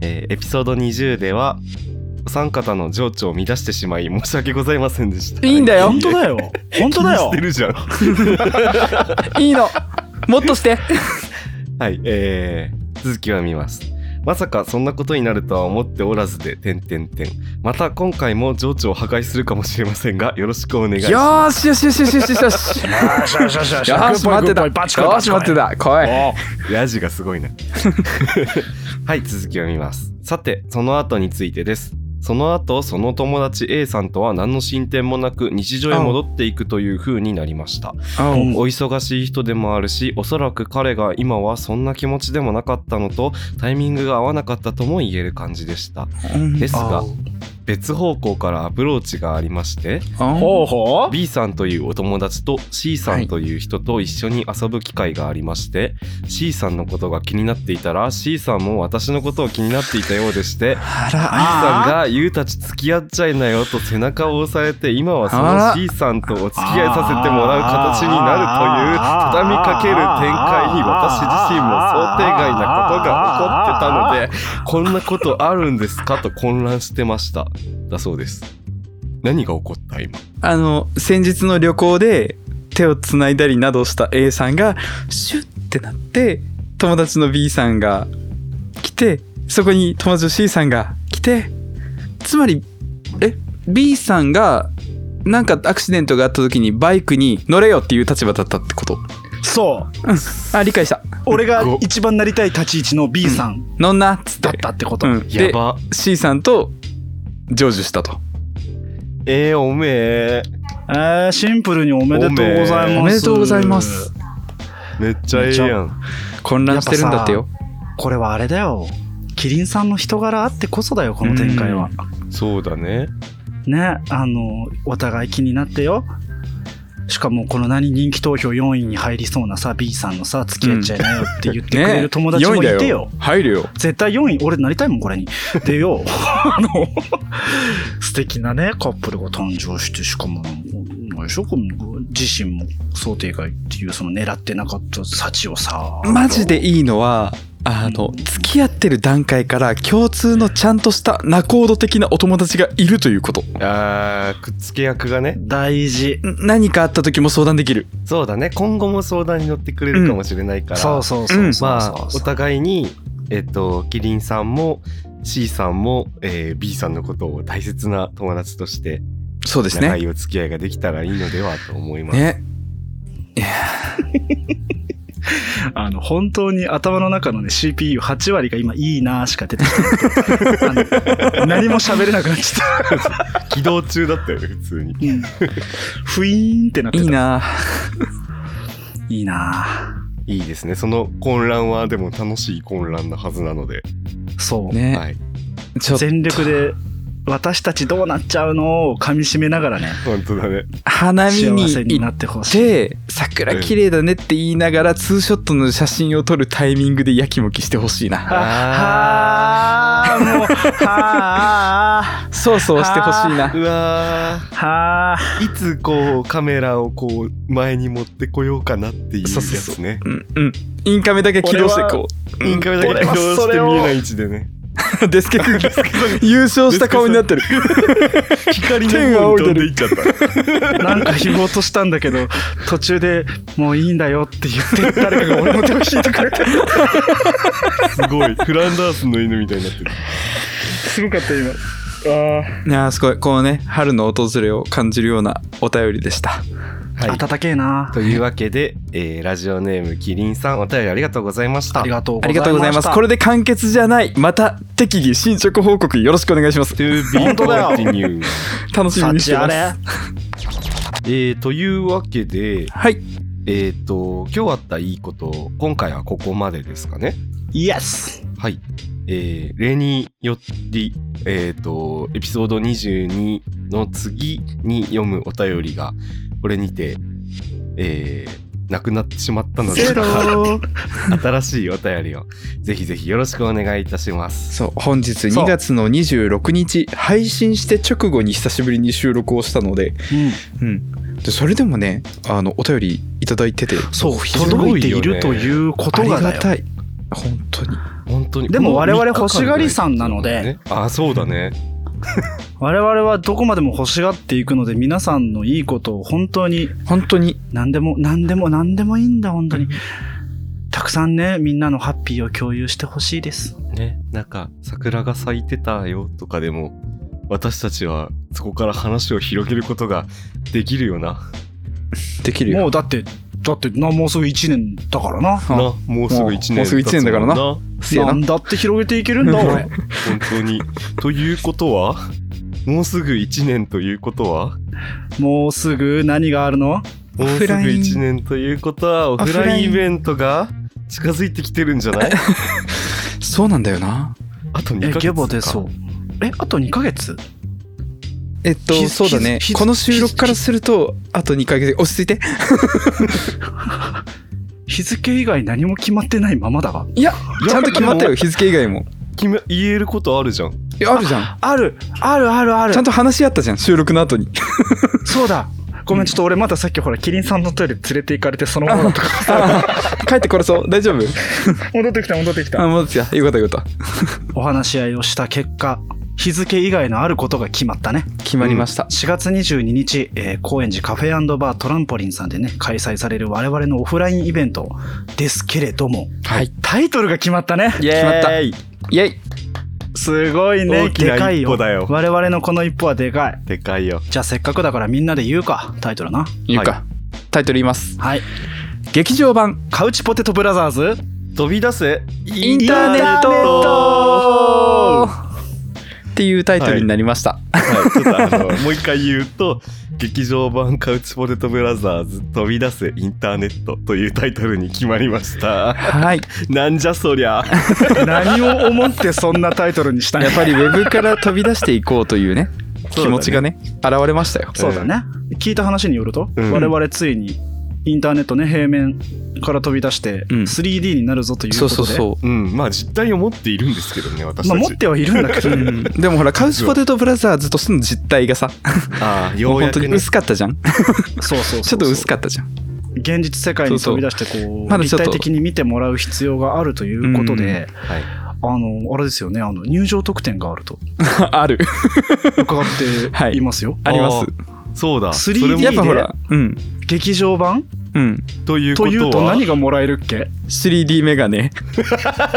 D: えーエピソード20ではお三方の情緒を乱してしまい申し訳ございませんでした。
A: いいんだよ
C: 本当だよ。本当だよ
D: 気にして。るじゃん。
A: いいの。もっとして。
D: はい、えー、続きは見ます。まさかそんなことになるとは思っておらずで、てんてんてん。また今回も情緒を破壊するかもしれませんが、よろしくお願いし
A: よ
D: ま
A: ーしよしよしよしよしよし。よ
C: よしよしよしよし
A: ーし、待ってた。よーし、待ってた。来い。
C: おう
D: す。ヤジがすご いな。はい、続きを見ます。さて、その後についてです。その後、その友達 A さんとは何の進展もなく、日常へ戻っていくという風になりました。
C: うん
D: お忙しい人でもあるしおそらく彼が今はそんな気持ちでもなかったのとタイミングが合わなかったとも言える感じでしたですが別方向からアプローチがありまして
C: ほうほう
D: B さんというお友達と C さんという人と一緒に遊ぶ機会がありまして、C さんのことが気になっていたら C さんも私のことを気になっていたようでして
A: あら、
D: B さん
C: あ
D: が「ゆうたち付き合っちゃいなよ」と背中を押されて今はそ
A: あら
D: の C さんとお付き合いさせてもらう形になるという
C: あー
D: 畳みかける展開に私自身も想定外なことが起こってたのでこんなことあるんですかと混乱してましただそうです何が起こった今
A: あの、先日の旅行で手をつないだりなどした A さんが、シュッってなって、友達の B さんが来て、そこに友達の C さんが来て、つまり、え、B さんが、なんかアクシデントがあった時にバイクに乗れよっていう立場だったってこと。
C: ーそう
A: あ、理解した。
C: 俺が一番なりたい立ち位置の B さん
A: 乗んなっつって。
C: だったってこと、
A: うん。
D: や
A: で、
D: ば
A: C さんと成就したと。
D: えー、おめえ
C: えー、シンプルにおめでとうございます
A: おめでとうございます
D: めっちゃええやん
A: 混乱してるんだってよ。
C: これはあれだよキリンさんの人柄あってこそだよこの展開は
D: そうだね
C: ねあのお互い気になってよしかもこの何人気投票4位に入りそうなさ B さんのさ付き合っちゃいなよって言ってくれる友達もいてよ,、
A: ねえ四位だ入るよ。
C: 絶対4位俺なりたいもんこれにでよあの素敵なねカップルが誕生してしかもなんかなんでしょこの自身も想定外っていうその狙ってなかった幸をさ
A: マジでいいのはあの
C: うん
A: 付き合ってる段階から共通のちゃんとした仲人的なお友達がいるということ
D: あーくっつけ役がね
C: 大事
A: ん何かあった時も相談できる
D: そうだね今後も相談に乗ってくれるかもしれないから、
C: そうそうそうそう
D: まあ
C: そう
D: お
C: そう
D: 互いにえっとキリンさんも C さんも、えー B さんのことを大切な友達として
A: そうです
D: 長
A: ね
D: いお付き合いができたらいいのではと思います。
A: ね
C: あの本当に頭の中のね CPU8 割が今いいなーしか出てこないあの何も喋れなくなっちゃっ
D: 起動中だったよね普通に。
C: たふいーんってなって
A: い
C: た
A: いない
C: いない
D: いですねその混乱はでも楽しい混乱なはずなので、
C: ーそう
A: ね、
D: はい、
A: ちょっと
C: 全力で私たちどうなっちゃうのを噛み締めながらね、
D: 本当だね。
A: 花見
C: 幸
A: に
C: せに
A: 行
C: な
A: っ
C: ってほしい。
A: て桜綺麗だねって言いながらツーショットの写真を撮るタイミングでやきもきしてほしいな
C: はあ、もう、はあ、
A: そうそうしてほしいな
D: うわ
C: はあ、
D: ーいつこうカメラをこう前に持ってこようかなっていうや
A: そうそう
D: つね。
A: うんうんインカメだけ起動してこう
D: インカメだけ
A: 俺
D: ど
A: は
D: う
A: そ
D: して
A: れを
D: 見えない位置でね。
A: デスケ君優勝した顔になってる
D: 光の
A: 天仰
D: 方に
A: い
D: 飛
A: で
D: んで
A: る
D: いっちゃった。
C: なんか言おうとしたんだけど、途中でもういいんだよって言って、誰かが俺の手を引いてくれて、
D: すごい。フランダースの犬みたいになってる。
C: すごかった今。あ
A: いやーすごいこのね春の訪れを感じるようなお便りでした
C: あ、暖けえな。
D: というわけで、えーラジオネームキリンさんお便りありがとうございました
C: あり。がとう
A: ありがとうございますこれで完結じゃないまた適宜進捗報告よろしくお願いします
D: To be
C: 本当だよ
D: continued
A: 楽しみにしてます
D: えーというわけで、
A: はい
D: えー、と今日あったいいこと今回はここまでですかね
C: イエス
D: はいえー、例によりえー、とエピソード22の次に読むお便りがこれにてえーなくなってしまったので
C: ゼロ
D: 新しいお便りをぜひぜひよろしくお願いいたします
A: そう本日
C: そ
A: 2
C: う
A: 月の26日配信して直後に久しぶりに収録をしたので,、
C: うん、
A: うん、でそれでもねあのお便りいただいてて
C: そう
D: すごいよね
C: 届いているというこ
A: あ
C: と
A: り
C: が
A: が
C: だよ
A: たい本当に
D: 本当に
C: でも
D: この
C: 我々
D: 三日間
C: 欲しがりさんなので
D: ねあそうだね
C: 我々はどこまでも欲しがっていくので皆さんのいいことを本当に
A: 本当に
C: 何でも何でも何でもいいんだ本当にたくさんねみんなのハッピーを共有してほしいです
D: ね、なんか桜が咲いてたよとかでも私たちはそこから話を広げることができるよな。
A: できるよ
C: もうだってだってなもうすぐ1年だからな
A: あ
D: なもうすぐ1年
A: もうすぐ一年だからな
D: 経つもん
A: せやな
C: なんだって広げていけ るんだ俺
D: 本当に。ということはもうすぐ1年ということは
C: もうすぐ何があるの
D: もうすぐ
A: フライン
D: 1年ということはオフ
A: オフ
D: ラ
A: ラ
D: イ
A: イ
D: ン
A: ン
D: イベントが近づいてきてるんじゃない
A: そうなんだよな
D: あと2ヶ
C: え
D: 月か
C: ゲボでそうえあと2ヶ月
A: えっと
C: ひ
A: そうだね
C: ひ
A: この収録からするとあと2ヶ月落ち着いて
C: 日付以外何も決まってないままだが
A: いやちゃんと決まったよ日付以外も
D: 決め言えることあるじゃん。
A: いやあるじゃん
C: あるあるあるある
A: ちゃんと話し合ったじゃん収録の後 に
C: そうだごめんちょっと俺まださっきほらキリンさんのトイレ連れて行かれてそのままだったか
A: 帰ってこれそう大丈夫
C: ら戻ってきた戻ってき
A: あ戻ってきたよかったよかった
C: お話し合いをした結果日付以外のあることが決まったね
A: 決まりました、
C: 4月22日、えー高円寺カフェバートランポリンさんでね開催される我々のオフラインイベントですけれども
A: はい
C: タイトルが決まったね
A: 決まったイ
D: イ
A: エイ
C: すごいね
D: 大きな
C: でかい
D: 一歩だよ
C: 我々のこの一歩はでかい
D: でかいよ。
C: じゃあせっかくだからみんなで言うかタイトルな
A: 言うか、タイトル言います
C: はい
A: 劇場版
C: カウチポテトブラザーズ
D: 飛び出せ
A: インターネットっていうタイトルになりました、
D: はい、ちょっとあのもう一回言うと劇場版カウチポテトブラザーズ飛び出せインターネットというタイトルに決まりました
A: はい
D: なんじゃそりゃ
C: 何を思ってそんなタイトルにしたん
A: や
C: や
A: っぱりウェブから飛び出していこうというね
D: そうだね
A: 気持ちがね現れましたよ
C: そうだね、聞いた話によると、
D: うん
C: 我々ついにインターネットね平面から飛び出して
A: うん
C: 3D になるぞということ
A: そ
C: で、
A: うそうそう
D: うんまあ実態を持っているんですけどね私た
C: まあ、
D: ち、
C: 持ってはいるんだけ ど、
A: うんでもほらカウチポテトブラザーズとしての実態がさ
D: ああよ
A: もう
D: うや
A: 本当
D: く
A: に
D: ね
A: 薄かったじゃん
C: そうそうそう
A: ちょっと薄
C: か
A: かったじゃん
C: 現実世界に飛び出してこう
A: まだちょっ
C: 立
A: と
C: 体的に見てもらう必要があるということで、
D: はい、
C: あのあれですよねあの入場特典があると
A: ある
C: 伺っていますよ、
A: あります
D: そうだ
C: 3D
D: それも
A: やっぱほらうん
C: 劇場版
A: うん
D: ということとは
C: いうと何がもらえるっけ
A: 3D メガ ネ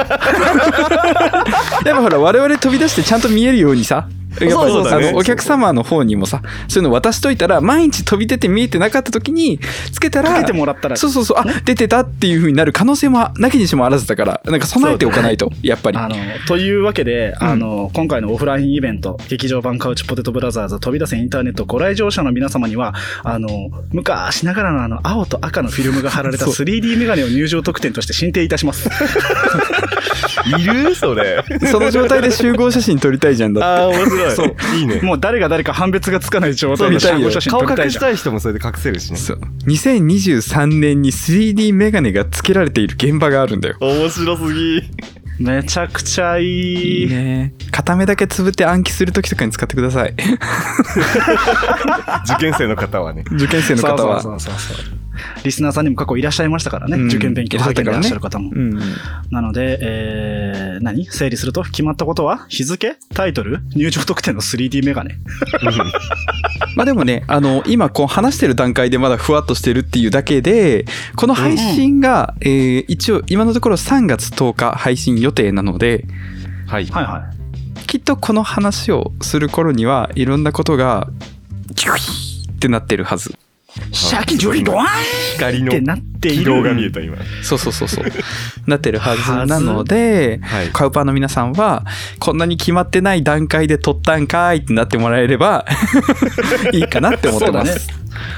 A: やっぱほら我々飛び出してちゃんと見えるようにさやっぱ
D: そうだね
A: あのお客様の方にもさそういうの渡しといたら毎日飛び出て見えてなかった時につけたら
C: かけてもらったら
A: そうそうそうあ出てたっていう風になる可能性もなきにしもあらずだからなんか備えておかないと、やっぱり
C: あのというわけで、
A: うん
C: あの今回のオフラインイベント「劇場版カウチポテトブラザーズ飛び出せインターネット」ご来場者の皆様にはあの昔ながらのあの青と赤のフィルムが貼られた
A: そう
C: 3D メガネを入場特典として進呈いたします
D: いるそれ。
A: その状態で集合写真撮りたいじゃんだっ
D: ああ、面白い。そう。いいね。
C: もう誰が誰か判別がつかない状
A: そう
C: 態
A: 見
C: で
A: たいよ。
C: 集合写真
D: 顔
C: 撮りた
D: 隠
C: いじ
D: し
C: ゃん。
D: たい人もそれで隠せるしてね。
A: そう2023年に 3D メガネがつけられている現場があるんだよ。
D: 面白すぎ。
C: めちゃくちゃいい。
A: ね。片目だけつぶって暗記するときとかに使ってください。
D: 受験生の方は ね。
A: 受験生の
C: そう
A: 方
C: そ
A: は。
C: うそうそうそう。リスナーさんにも過去いらっしゃいましたからね。
A: うん
C: 受験勉強されていらっしゃる方も。
A: うん。
C: なので、えー、何整理すると決まったことは日付タイトル入場特典の 3D メガネ。
A: まあでもね、あの、今こう話してる段階でまだふわっとしてるっていうだけで、この配信が、えー一応今のところ3月10日配信予定なので、
D: はい。
C: はいはい。
A: きっとこの話をする頃にはいろんなことが、キュイーってなってるはず。
C: シャキジョリドワーン
D: 光
C: ってな
D: の
C: ってい
D: 軌
C: る。
D: 道が見えた、今。
A: そうそうそうそう。なってるはずなので、
D: はい。
A: カウパーの皆さんは、こんなに決まってない段階で撮ったんかいってなってもらえれ ば、いいかなって思ってます。
C: そう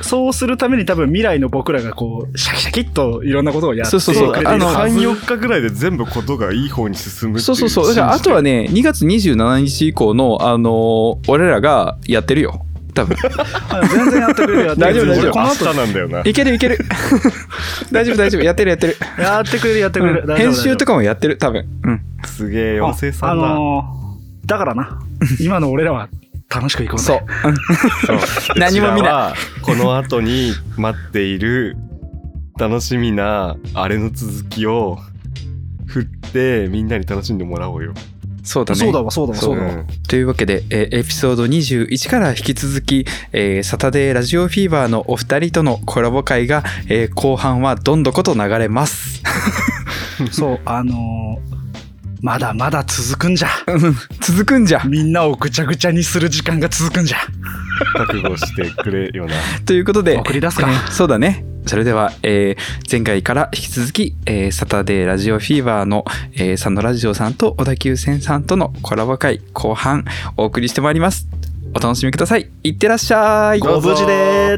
C: そうするために多分未来の僕らがこう、シャキシャキっといろんなことをやって
A: そうそうそう
C: くれて
A: あ
C: いる
A: の
C: は
D: 3、
C: ず
D: 4日ぐらいで全部ことがいい方に進むってい
A: そうそうそう。だからあとはね、2月27日以降の、あのー俺らがやってるよ。多 分。
C: あ全然やってくれるやってくれ
A: 大丈
C: る。
A: 夫大丈夫
C: 俺
D: 俺
C: この
D: 明
C: 後
D: 日なんだよな。
A: いけるいけ る。大丈夫大丈夫。やってるやってる。
C: やってくれるやってくれる。
A: うん編集とか
C: か
A: もやってる、多分。うん。
D: すげえ、妖精さん
C: あ
D: だ。
C: のーだからな、今の俺らは楽しくいこうね
A: そう。
D: そう
A: 何も見ないう
D: ちらはこの後に待っている楽しみなあれの続きを振ってみんなに楽しんでもらおうよ。
A: そうだね。
C: そうだわ、そうだわ、
A: そ
C: そう
A: う
C: だ
A: だ
C: わ。
D: ん
A: というわけで、えーエピソード21から引き続き、えーサタデーラジオフィーバーのお二人とのコラボ会が、えー後半はどんどこと流れます。
C: そう、あのーまだまだ続くんじゃ。
A: 続くんじゃ
C: みんなをぐちゃぐちゃにする時間が続くんじゃ。
D: 覚悟してくれよな。
A: ということで、
C: 送り出すか
A: えーそうだね。それでは、えー前回から引き続き、えーサタデーラジオフィーバーの、えー、サンドラジオさんと小田急線さんとのコラボ会後半お送りしてまいります。お楽しみください。いってらっしゃい。
D: ど
C: ご
D: うぞ
C: 無事でー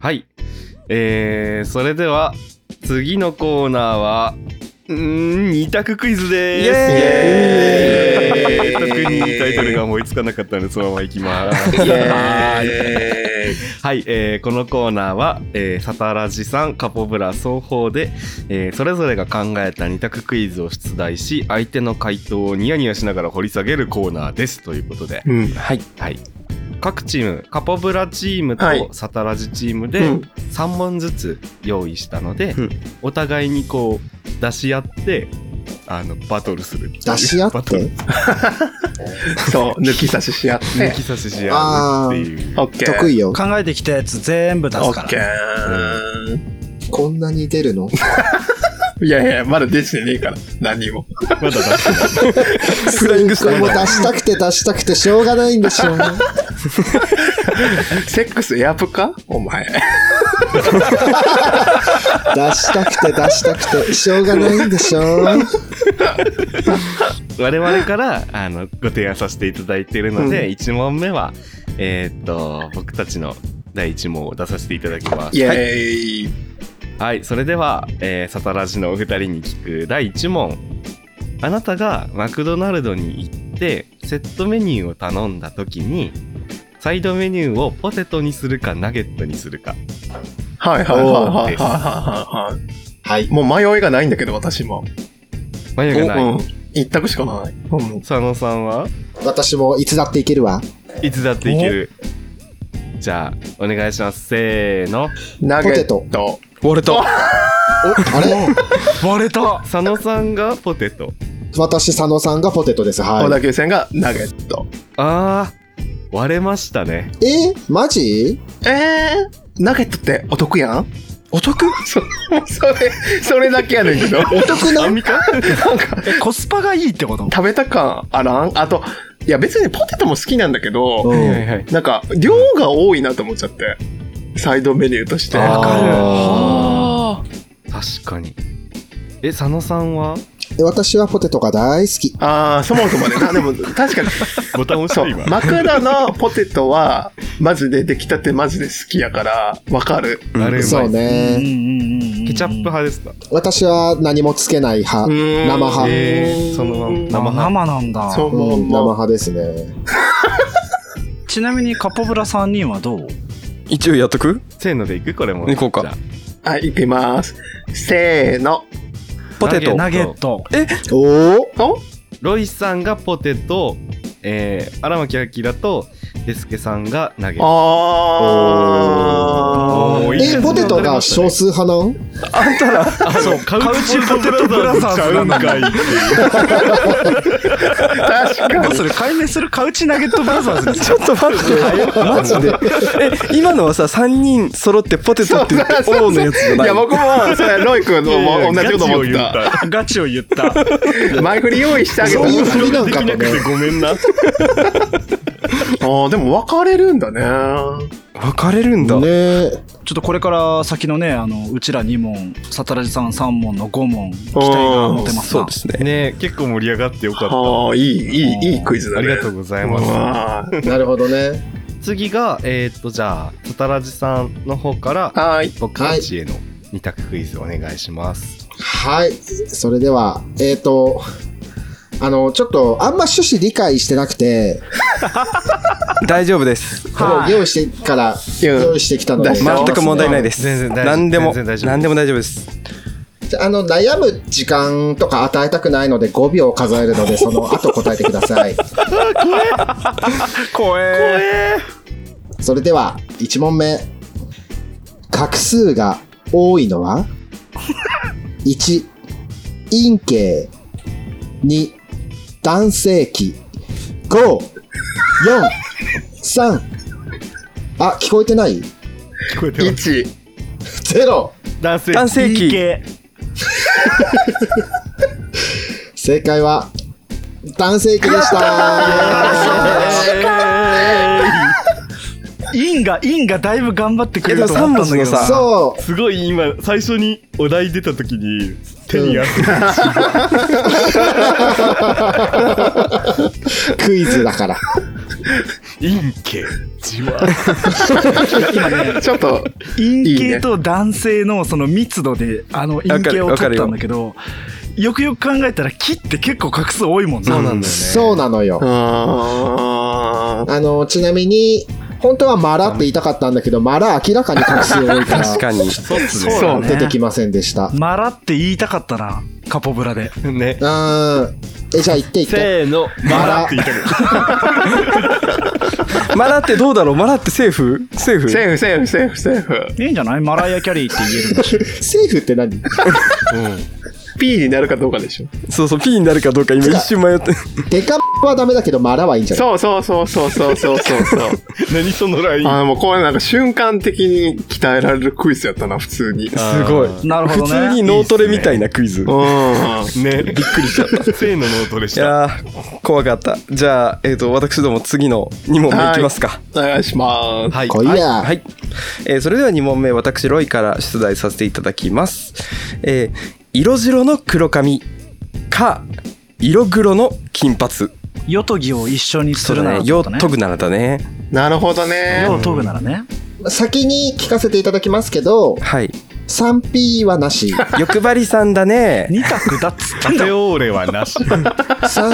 D: はい。えー、それでは次のコーナーは、うーん、二択クイズで
A: イエ
D: す。
B: ーイ
D: 特にタイトルが思いつかなかったので、そのままいきます。
B: イエーイ
D: はい、えーこのコーナーは、えーサタラジさんカポブラ双方で、えーそれぞれが考えた2択クイズを出題し相手の回答をニヤニヤしながら掘り下げるコーナーですということで、
B: うん。
A: はい。
D: はい、各チームカポブラチーム
B: はい
D: とサタラジチームで
B: うん
D: 3問ずつ用意したので、
B: うん
D: お互いにこう出し合ってあのバトルする
E: 出し合っ
D: バトル
E: て
B: そう、抜き差しし合って。
D: 抜き差しし合うっていう
B: オッケー。
E: 得
B: 意。
E: 意よ。
C: 考えてきたやつ全部出
B: オ
C: すか
B: ッ
C: ら
B: ケ。ー。
E: こんなに出るの
B: いやいや、まだ出してねえから、何も。
D: まだ出してない
E: フライングもう出したくて出したくてしょうがないんでしょう。
B: セックスエアプかお前。
E: 出したくて出したくてしょうがないんでしょう。
D: 我々からあのご提案させていただいているので、1問目は、えーっと僕たちの第1問を出させていただきます。
B: イエ
D: はい、
B: ーイ。
D: はいそれでは、えーサタラジのお二人に聞く第1問あなたがマクドナルドに行ってセットメニューを頼んだ時にサイドメニューをポテトにするかナゲットにするか
B: はいはいはいはいはいはいは
E: はい
B: い。。もう迷いがないんだけど、私も。
D: 迷いがない、
B: うん。一択しかない。うん。
D: 佐野さんは
E: 私もいつだっていけるわ。
D: いつだっていけるじゃあお願いしますせーの
B: ナゲッ
E: ポテ
B: ト。
A: 割れた。
E: お、あれ
C: 割れた
D: 佐野さんがポテト
E: 私、佐野さんがポテトです。
B: 小
E: は
B: 田急線がナゲット。
D: あー割れましたね
E: い。えマジ
B: えー、ナゲットってお得やん
A: お得
B: そ、それ、それだけやねんけど。
E: お得な
D: アンミカ
B: なんか、
C: え、コスパがいいってこと
B: 食べた感あらんあと、いや別にポテトも好きなんだけど、
E: うん
D: はい
B: なんか、量が多いなと思っちゃって。サイドメニューとして。
D: わかる
A: あー
D: 確かにえ佐野さんは
E: え私はポテトが大好き。
B: ああ、そもそもね。あでも、確かに、
D: ボタン押し
B: そ
D: た
B: う
D: 今、
B: マクドのポテトは、マジで出来たてマジで好きやから、わかる。
D: あれうまい
E: そう
C: うんうん
E: ね。
C: うんうん。
D: チャップ派ですか、
E: 私は何もつけない派。
B: 生
E: 生派
D: えーそのまま
C: 生
D: 生
C: 生
D: 派
C: なんだ。
B: そう
E: うん、
B: もうも
E: 生
B: う
E: 派ですね。
C: ちなみにカポブラ3人はどう
A: 一応やっとく
D: せーのでいくこれも
A: 行こうか
D: じゃあ
B: はい、行きます。せーの。
A: ポテト
D: 投
C: ナゲット。
E: おお
B: お
D: ロイさんがポテト、えー、荒牧明とデスケさんが投げ
B: あ
D: おーいいじゃ
E: え、
D: ん
E: ポテトが少数派なの
D: あそうカウチポテトブラザーズちゃうんかいっていう
B: ー確か
C: それ解明するカウチナゲットブラザーズです
A: ちょっと待って、マジで。え、今のはさ、3人揃ってポテトって言って、おーのやつじゃ
B: に。い
A: ない
B: や、僕も、それ、ロイ君とも同じこと思っ
D: ガチを
B: た。
D: 言った
C: ガチを言った。
B: 前振り用意してあげた
E: そういう振りなんか
D: できな
E: もね
D: く。てごめんな
B: ああ、でも分かれるんだね。
A: 分かれるんだ。
E: ねえ。
C: ちょっとこれから先のね、あの、うちら2問、サタラジさん3問の5問、期待が持てます
A: そう
C: な
A: で。すね。
D: ね結構盛り上がってよかっ
B: ああ、いい、いい、いいクイズ
D: た
B: だ
D: あ
B: ね。
D: りがとうございます
B: ます。
E: なるほどね。
D: 次がえー、っとじゃあたたらじさんの方から
B: はーい。
D: 僕たちへの二択クイズお願いします、
E: はい。それでは、えっ、と、あの、ちょっと、あんま趣旨理解してなくて、
A: 大丈夫です。
E: これを用意してから、用意してきたので、
B: 出し
A: 全
B: た
A: く問題ないです。
D: 全然大丈夫
A: 何でも、
D: 全然大丈夫
A: 何でも大丈夫です。
E: じゃああの、悩む時間とか与えたくないので、5秒数えるので、その後答えてください。
A: 怖え。
E: それでは、1問目。画数が多いのは ?1、陰茎。2、男性器。5、4、3。あ、聞こえてない
D: 聞こえてます
B: 1、
E: ?0。
D: 男性
A: 男性器。
C: DK。
E: 正解は、男性器でした。
C: インが、インがだいぶ頑張ってくれると
A: いやで
C: 思
A: も
C: ったんだけど
A: 三文字のさ
C: さ。
E: そう。
D: すごい今最初にお題出た時に手に汗が
E: クイズだから。
D: 陰茎じわ
B: ちょっと、
C: 陰茎と男性のその密度で、あの、陰茎を取ったんだけど、よくよく考えたら、木って結構画数多いもんな。
D: そうなんだよね
E: そうなのよ。
B: あ
E: あの、ちなみに、本当はマラって言いたかったんだけど、マラ明らかに画数多いか、
A: 確からに。
D: そうっすね
C: そう
E: 出てきませんでした。う
C: マラって言いたかったな、カポブラで。
D: ね
E: ーん。え、じゃあ言って言っ
D: せ
E: て。
D: ーの
E: マ
D: マ
E: ラ
D: ラって言いたくなる
A: マラってどうだろうマラってセーフセー
B: ー
A: フ
B: セーフ、セーフ、セーフ、セーフ。
C: いいんじゃないマライア・キャリーって言えるんだし。
E: セーフって何
B: P になるかどうかでしょ。
A: そうそう、P になるかどうか今一瞬迷って。
E: デカはダメだけど、マラはいいんじゃない
B: そうそうそうそうそうそう そうそう。
D: 何そのライン
B: あーもうこういうなんか瞬間的に鍛えられるクイズやったな、普通に。
A: すごい。
C: なるほど
A: 普
C: ね。
A: 通に脳トレみたいなクイズ。い
B: うん。
D: ねびっくりしちゃったせーのノートでした
A: やー、怖かった。じゃあ、えっと、私ども次の2問目いきますか。
B: お願いします。
D: はい
E: 来いや。
A: はい、えーそれでは2問目私ロイから出題させていただきます、えー色白の黒髪か色黒の金髪
C: ヨトギを一緒にするならって
A: よ
C: ことね。
A: とぐならだね
B: なるほどね。
C: ヨトグならね。
E: 先に聞かせていただきますけど、
A: はい
E: 3P は なし。
A: 欲張りさんだね
C: 二択だっつった
D: カ
C: ん
D: フ
C: だ
D: ェオーレはなし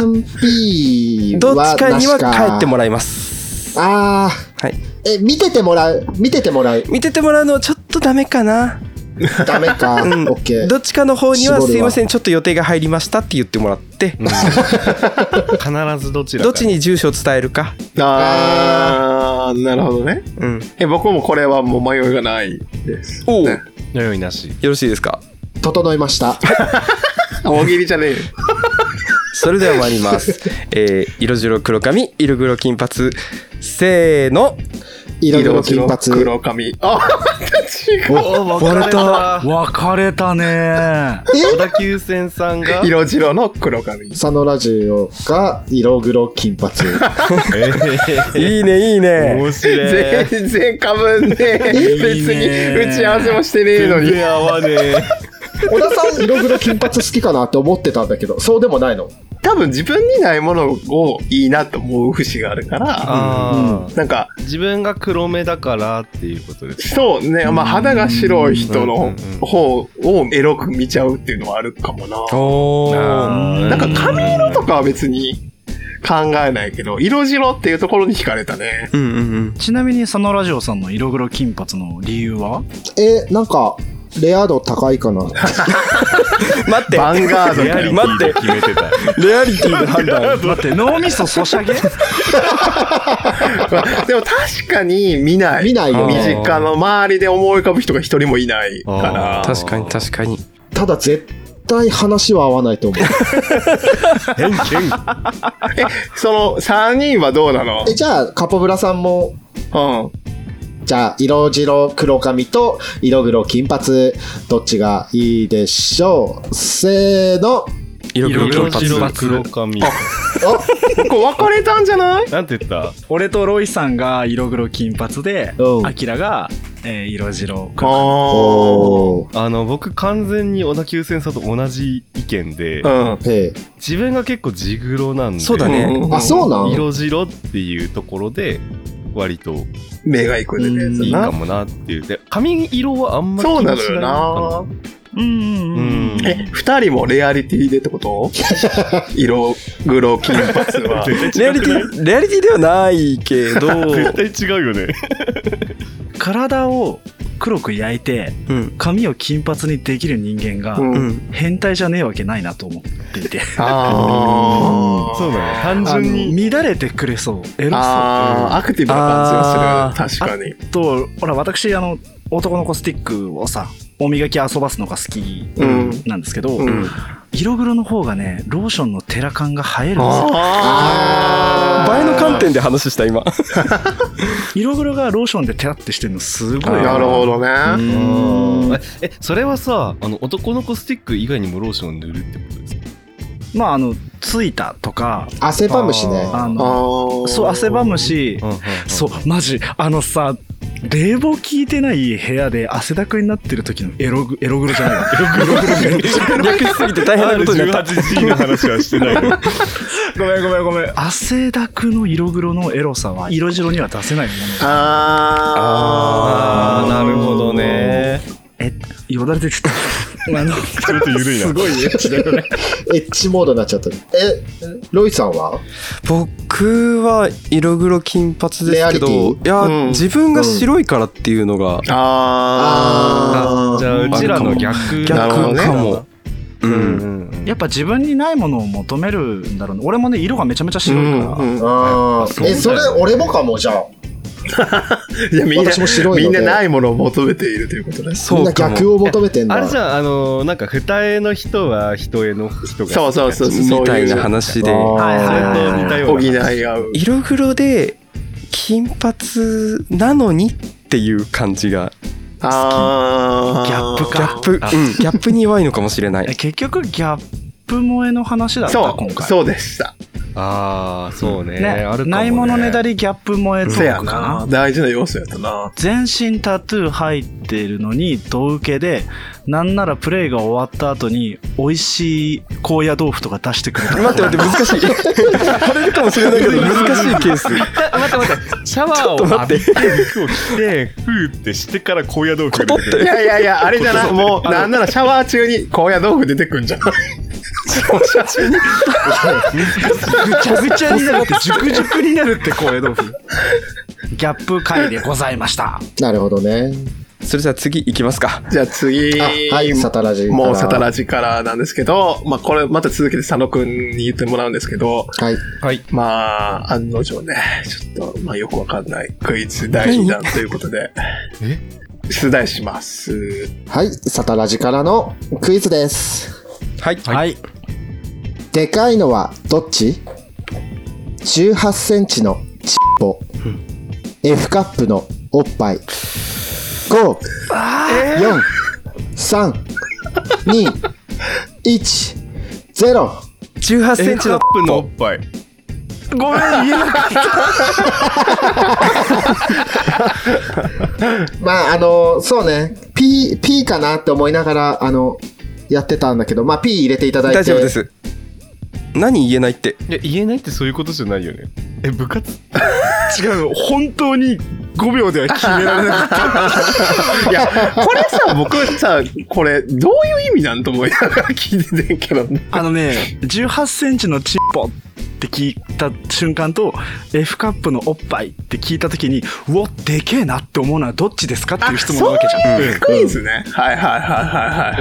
E: 3P
A: どっ
E: はなし
A: ち
E: か。
A: かには帰っても
E: ら
A: らいます
E: あ
A: はい
E: ー。え、見ててもらう。見ててもらう。
A: 見ててもらうのはちょっとダメかな、
E: ダメか。オ
A: うん
E: ッケー。
A: どっちかの方には
E: 絞るわ
A: すいませんちょっと予定が入りましたって言ってもらって、
D: 必ずどちらか
A: どっちに住所を伝えるか
B: あー、なるほどね。
A: うん
B: え、僕もこれはもう迷いがないです。
A: おう
B: ね
D: のよいなし
A: よろしいですか
E: 整いました。
B: 大喜利じゃねえよ。
A: それでは参ります。えー、色白黒髪、色黒金髪、せーの。
E: 色黒金
B: 色白黒
E: 髪。
B: 髪。あ、違う。
D: お分かれた
C: 分かれたね
D: 小田急線さんが
B: 色白の黒髪。
E: 佐野ラジオが色黒 金髪。
D: え
A: いいね、いい
D: ー
A: ね。
D: 面白い
B: 全然かぶんねえ。
C: いい
B: 別
C: ね
B: に打ち合わせもしてねえの
D: 全
B: に。
D: 然合わねえ
E: 小田さん色黒金髪好きかなって思ってたんだけど、そうでもないの。
B: 多分自分にないものをいいなと思う節があるから、
D: あー
B: なんか、
D: 自分が黒目だからっていうことです
B: そうね、まあ肌が白い人
D: うんう
B: の
D: んうん
B: 方をエロく見ちゃうっていうのはあるかもな。
A: お
D: あー
B: なんか髪色とかは別に考えないけど、色白っていうところに惹かれたね。
A: うんうんうん
C: ちなみにそのラジオさんの色黒金髪の理由は
E: えなんかレア度高いかな
A: 待って
B: バンガード
D: リア
B: だ
D: リ
B: よ
D: ティで決めてた
A: レアリティの判 断
C: 待って脳みそそしゃげ
B: でも確かに見ない。
E: 見ないよ
B: 身
E: ね
B: 近の周りで思い浮かぶ人が一人もいないから。
A: 確かに確かに
E: ただ絶対話は合わないと思う
D: 偏見
B: その3人はどうなの
E: えじゃあカポブラさんも
B: う
E: じゃあ色白黒髪と色黒金髪どっちがいいでしょうせーの
A: 色
D: 色
A: 黒
D: 黒
A: 金
D: 白
A: 髪
D: 黒髪
B: ん。こう分かれたんじゃない
D: なんて言った
C: 俺とロイさんが色黒金髪で
E: うん
C: アキラが、えー色白黒
B: あ
E: お
D: あの僕完全に小田急線さんと同じ意見で、
B: あ。
E: ーへ
D: 自分が結構地黒なんで
A: そうだね
E: ーあそうなん
D: 色白っていうところで割と
B: 目がいくんでね。
D: いいか
B: な
D: もなっていうで髪色はあんまり
B: そうなの
D: 気にし
B: よ
D: いの
B: な。
C: うんうんうん
D: うん
B: え、二人もレアリティでってこと色黒金髪は
D: かな。 絶
A: レア
D: 対違
A: リ
D: く
A: テ
D: ない
A: ィレアリティではないけど
D: 絶対違うよね
C: 体を黒く焼いて
A: うん
C: 髪を金髪にできる人間が
B: うん
A: うん
C: 変態じゃねえわけないなと思っていて
B: ああ。
D: そうなの単
C: あ
D: 純に
C: の乱れてくれそうエロ
B: ああ、アクティブな感じがする。確かに。
C: そうとほら私あの男の子スティックをさお磨き遊ばすのが好き
B: うん
C: なんですけど、
B: うん。
C: 色黒の方がねローションのテラ感が映えるんですよ
B: あ
A: 倍の観点で話した今
C: 色黒がローションでテラってしてるのすごい
B: なるほどね。
D: ええそれはさあの男の子スティック以外にもローション塗るってことですか
C: まああのついたとか
E: ー汗ばむしね
C: あ
B: あ
C: の
B: ー
C: そう汗ばむし、そうマジあのさ冷房効いてない部屋で汗だくになってる時のエログエロ黒じゃないわ エロ黒めっちゃ
A: 略しすぎて大変なことに なった
D: R18G の話はしてないよ
C: ごめんごめんごめん 汗だくの色黒のエロさは色白には出せないもの
B: あ
D: あーなるほどね
C: えよだれてきたあ
D: ち
C: の
D: ょっと緩いな
C: すごいエッチだよね
E: エッチモードになっちゃったえロイさんは
A: 僕は色黒金髪で
E: レ
A: す
E: ア
A: け
E: リ
A: ど
E: テ
A: い
E: ィ
A: や、
B: うん
A: 自分が白いからっていうのが
B: あ
E: あ
D: じゃあうちらの逆
A: 逆
B: なるほどね
A: かも、う、
D: うんん
C: やっぱ自分にないものを求めるんだろうね俺もね色がめちゃめちゃ
B: ー。う
C: 白いから、
B: んうん
E: あーえそれ俺もかもじゃあ
B: いやみんな
E: 私も白い
B: み
E: の
B: ん
E: で
B: なないものを求めているということです。
E: み
A: そ
E: んな
A: うかも
E: 逆を求めてんだ
D: あれじゃんあのなんか二重の人は人重の人が
B: そうそうそうそう
A: みたいな話で
E: あー
C: はい
D: そ
C: は
D: れ
C: いはい
D: と似たよ
B: 補
D: うない
B: 合う。
A: 色黒で金髪なのにっていう感じが
B: ああ。
C: ギャップ
A: ギ
C: か
A: ャップ、うん、ギャップに弱いのかもしれな
C: え
A: い
C: 結局ギャップ萌えの話だった
B: そ
C: 今
B: う、
C: 回
B: そうでした。
D: ああそうね
C: ね
D: あるかもね
C: ないものねだりギャップ萌えト
B: せ
C: ー
B: や
C: クかな
B: な。大事な要素やったな。
C: 全身タトゥー入ってるのに胴受けでなんならプレイが終わった後に美味しい高野豆腐とか出してくれた
A: 待って待って難しい晴れるかもしれないけど難しいケース
D: 待って待ってシャワ
A: ちょっと
D: ーを
A: 待
D: 浴びて服を着てふーってしてから高野豆腐が出てく
B: い
D: る
B: やいやいや、あれじゃない。もう、なんならシャワー中に高野豆腐出てくんじゃない
C: ぐちゃぐちゃになるって熟熟になるって高野豆腐ギャップ回でございました
E: なるほどね
A: それじゃあ次行きますか
B: じゃあ次。
E: あはいサタラジから
B: もうサタラジからなんですけど、まあこれまた続けて佐野くんに言ってもらうんですけど、
E: はい
B: まあ案の定ね、ちょっとまあよくわかんないクイズ第2弾ということで、
D: え
B: 出題します。
E: はいサタラジからのクイズです
A: はい
C: はい
E: でかいのはどっち ?18 センチのチッポ F カップのおっぱい5 4 3 2 1 0
A: 18センチ
D: カ
A: の
D: ップのおっぱい
C: ごめん言えなかっ
E: まああのそうね P, P かなって思いながらあのやってたんだけどまあ P 入れていただいて
A: 大丈夫です
F: 何言えないって
D: いや言えないってそういうことじゃないよねえ部活違うの本当に5秒では決められなかった
B: いや、これさ、僕さ、これ、どういう意味なんと思いながら聞いててんけど、
C: あのね、18センチのチンポって聞いた瞬間と、F カップのおっぱいって聞いた時に、うお、でけえなって思うのはどっちですかっていう質問なわけじゃん。
B: うんクイズね。はいはいはいはいは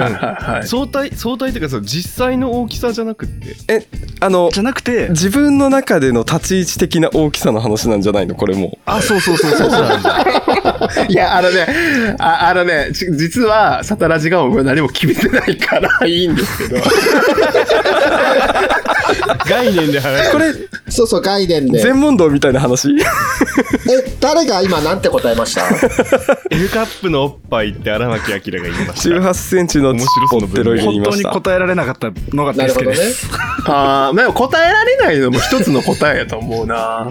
B: いはいはい。
D: 相対相対というかその実際の大きさじゃなくって
F: あの
C: じゃなくて、
F: 自分の中での立ち位置的な大きさの話なんじゃないのこれも
C: あ、そうそうそうそうそう。
B: いや、あのね、ああのね、ち実は、サタラジが僕は何も決めてないから、いいんですけど。
D: 概念で話
F: これ
E: そうそう、概念で。
F: 全問答みたいな話
E: え、誰が今なんて答え ました
D: L カップのおっぱいって荒牧明が言いました
F: 18センチのチッポってロイが言い
C: 本
F: ま
C: 当
F: し
C: に
F: た
C: 答えられなかったのが
E: な
C: 大
E: る
C: 好き
E: ほど
C: で
E: ね。
C: す。
B: ああ、でも答えられないのも一つの答えやと思 うな。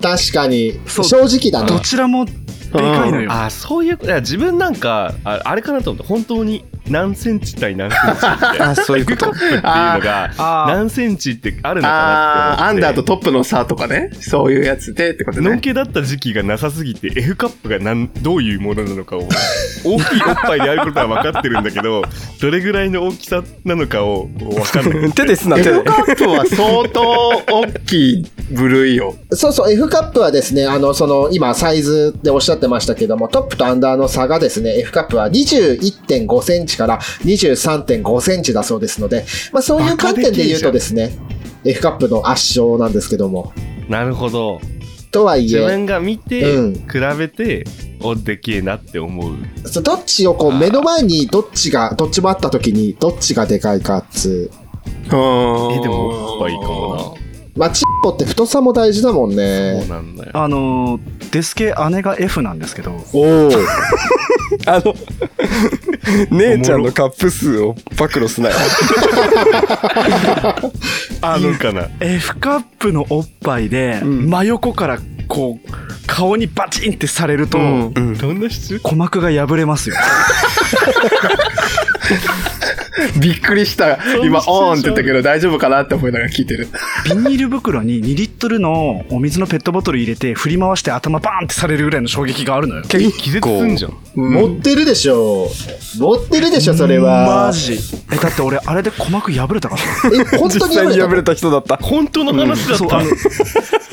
E: 確かに、
C: そう
E: 正直だ
C: ど
E: ね。
C: ちらもでかいのよ。
D: あそういういや自分なんかああれかなと思って本当に何センチ対何センチって
A: あそういうこ
D: F カ
A: と
D: ップっていうのが
C: あー
D: 何センチってあるのかなって思
B: あ
D: って
B: あ、アンダーとトップの差とかね。そういうやつでってこと
D: のん
B: ね。
D: けだった時期がなさすぎて F カップがなんどういうものなのかを大きいおっぱいであることは分かってるんだけどどれぐらいの大きさなのかを分かんない
F: 手ですな手
B: F
F: で
B: カップは相当大きい部類 よ。
E: そうそう、F カップはですね、あの、その、今、サイズでおっしゃってましたけども、トップとアンダーの差がですね、F カップは21.5センチから23.5センチだそうですので、まあ、そういう観点で言うとですね、F カップの圧勝なんですけども。
D: なるほど
E: とはい
D: 自
E: え、
D: 分が見て、
E: うん
D: 比べておでけえなって思う
E: そうどっちをこう、目の前にどっちが、どっちもあった時に、どっちがでかいかっつう。
B: え、で
D: えでもおっぱいかも
E: まあ、チッポって太さも大事だもん
D: な、そう
E: ね。
D: なんだよ
C: あのー、デスケ姉が F なんですけど、
E: おお。
F: あの姉ちゃんのカップ数を暴露すなよ
D: あのかな
C: F カップのおっぱいで、
F: ん
C: 真横からこう、顔にバチンってされると、
B: うん
F: うん
D: どんな質
C: 鼓膜が破れますよ。
B: びっくりした。
D: シ
B: 今、
D: チュエーション
B: オーンって言ったけど、大丈夫かなって思いながら聞いてる。
C: ビニール袋に2リットルのお水のペットボトル入れて振り回して頭バーンってされるぐらいの衝撃があるのよ。
D: 気絶すんじゃん
E: 持ってるでしょ。持ってるでしょ、それは。
C: マジえ、だって俺あれで鼓膜破れたから。
E: え、本当
F: 実
E: に
F: 際に
E: や
F: 破
E: め
F: れた人だった
D: 本当の話だっ
C: そう
D: た、
C: あの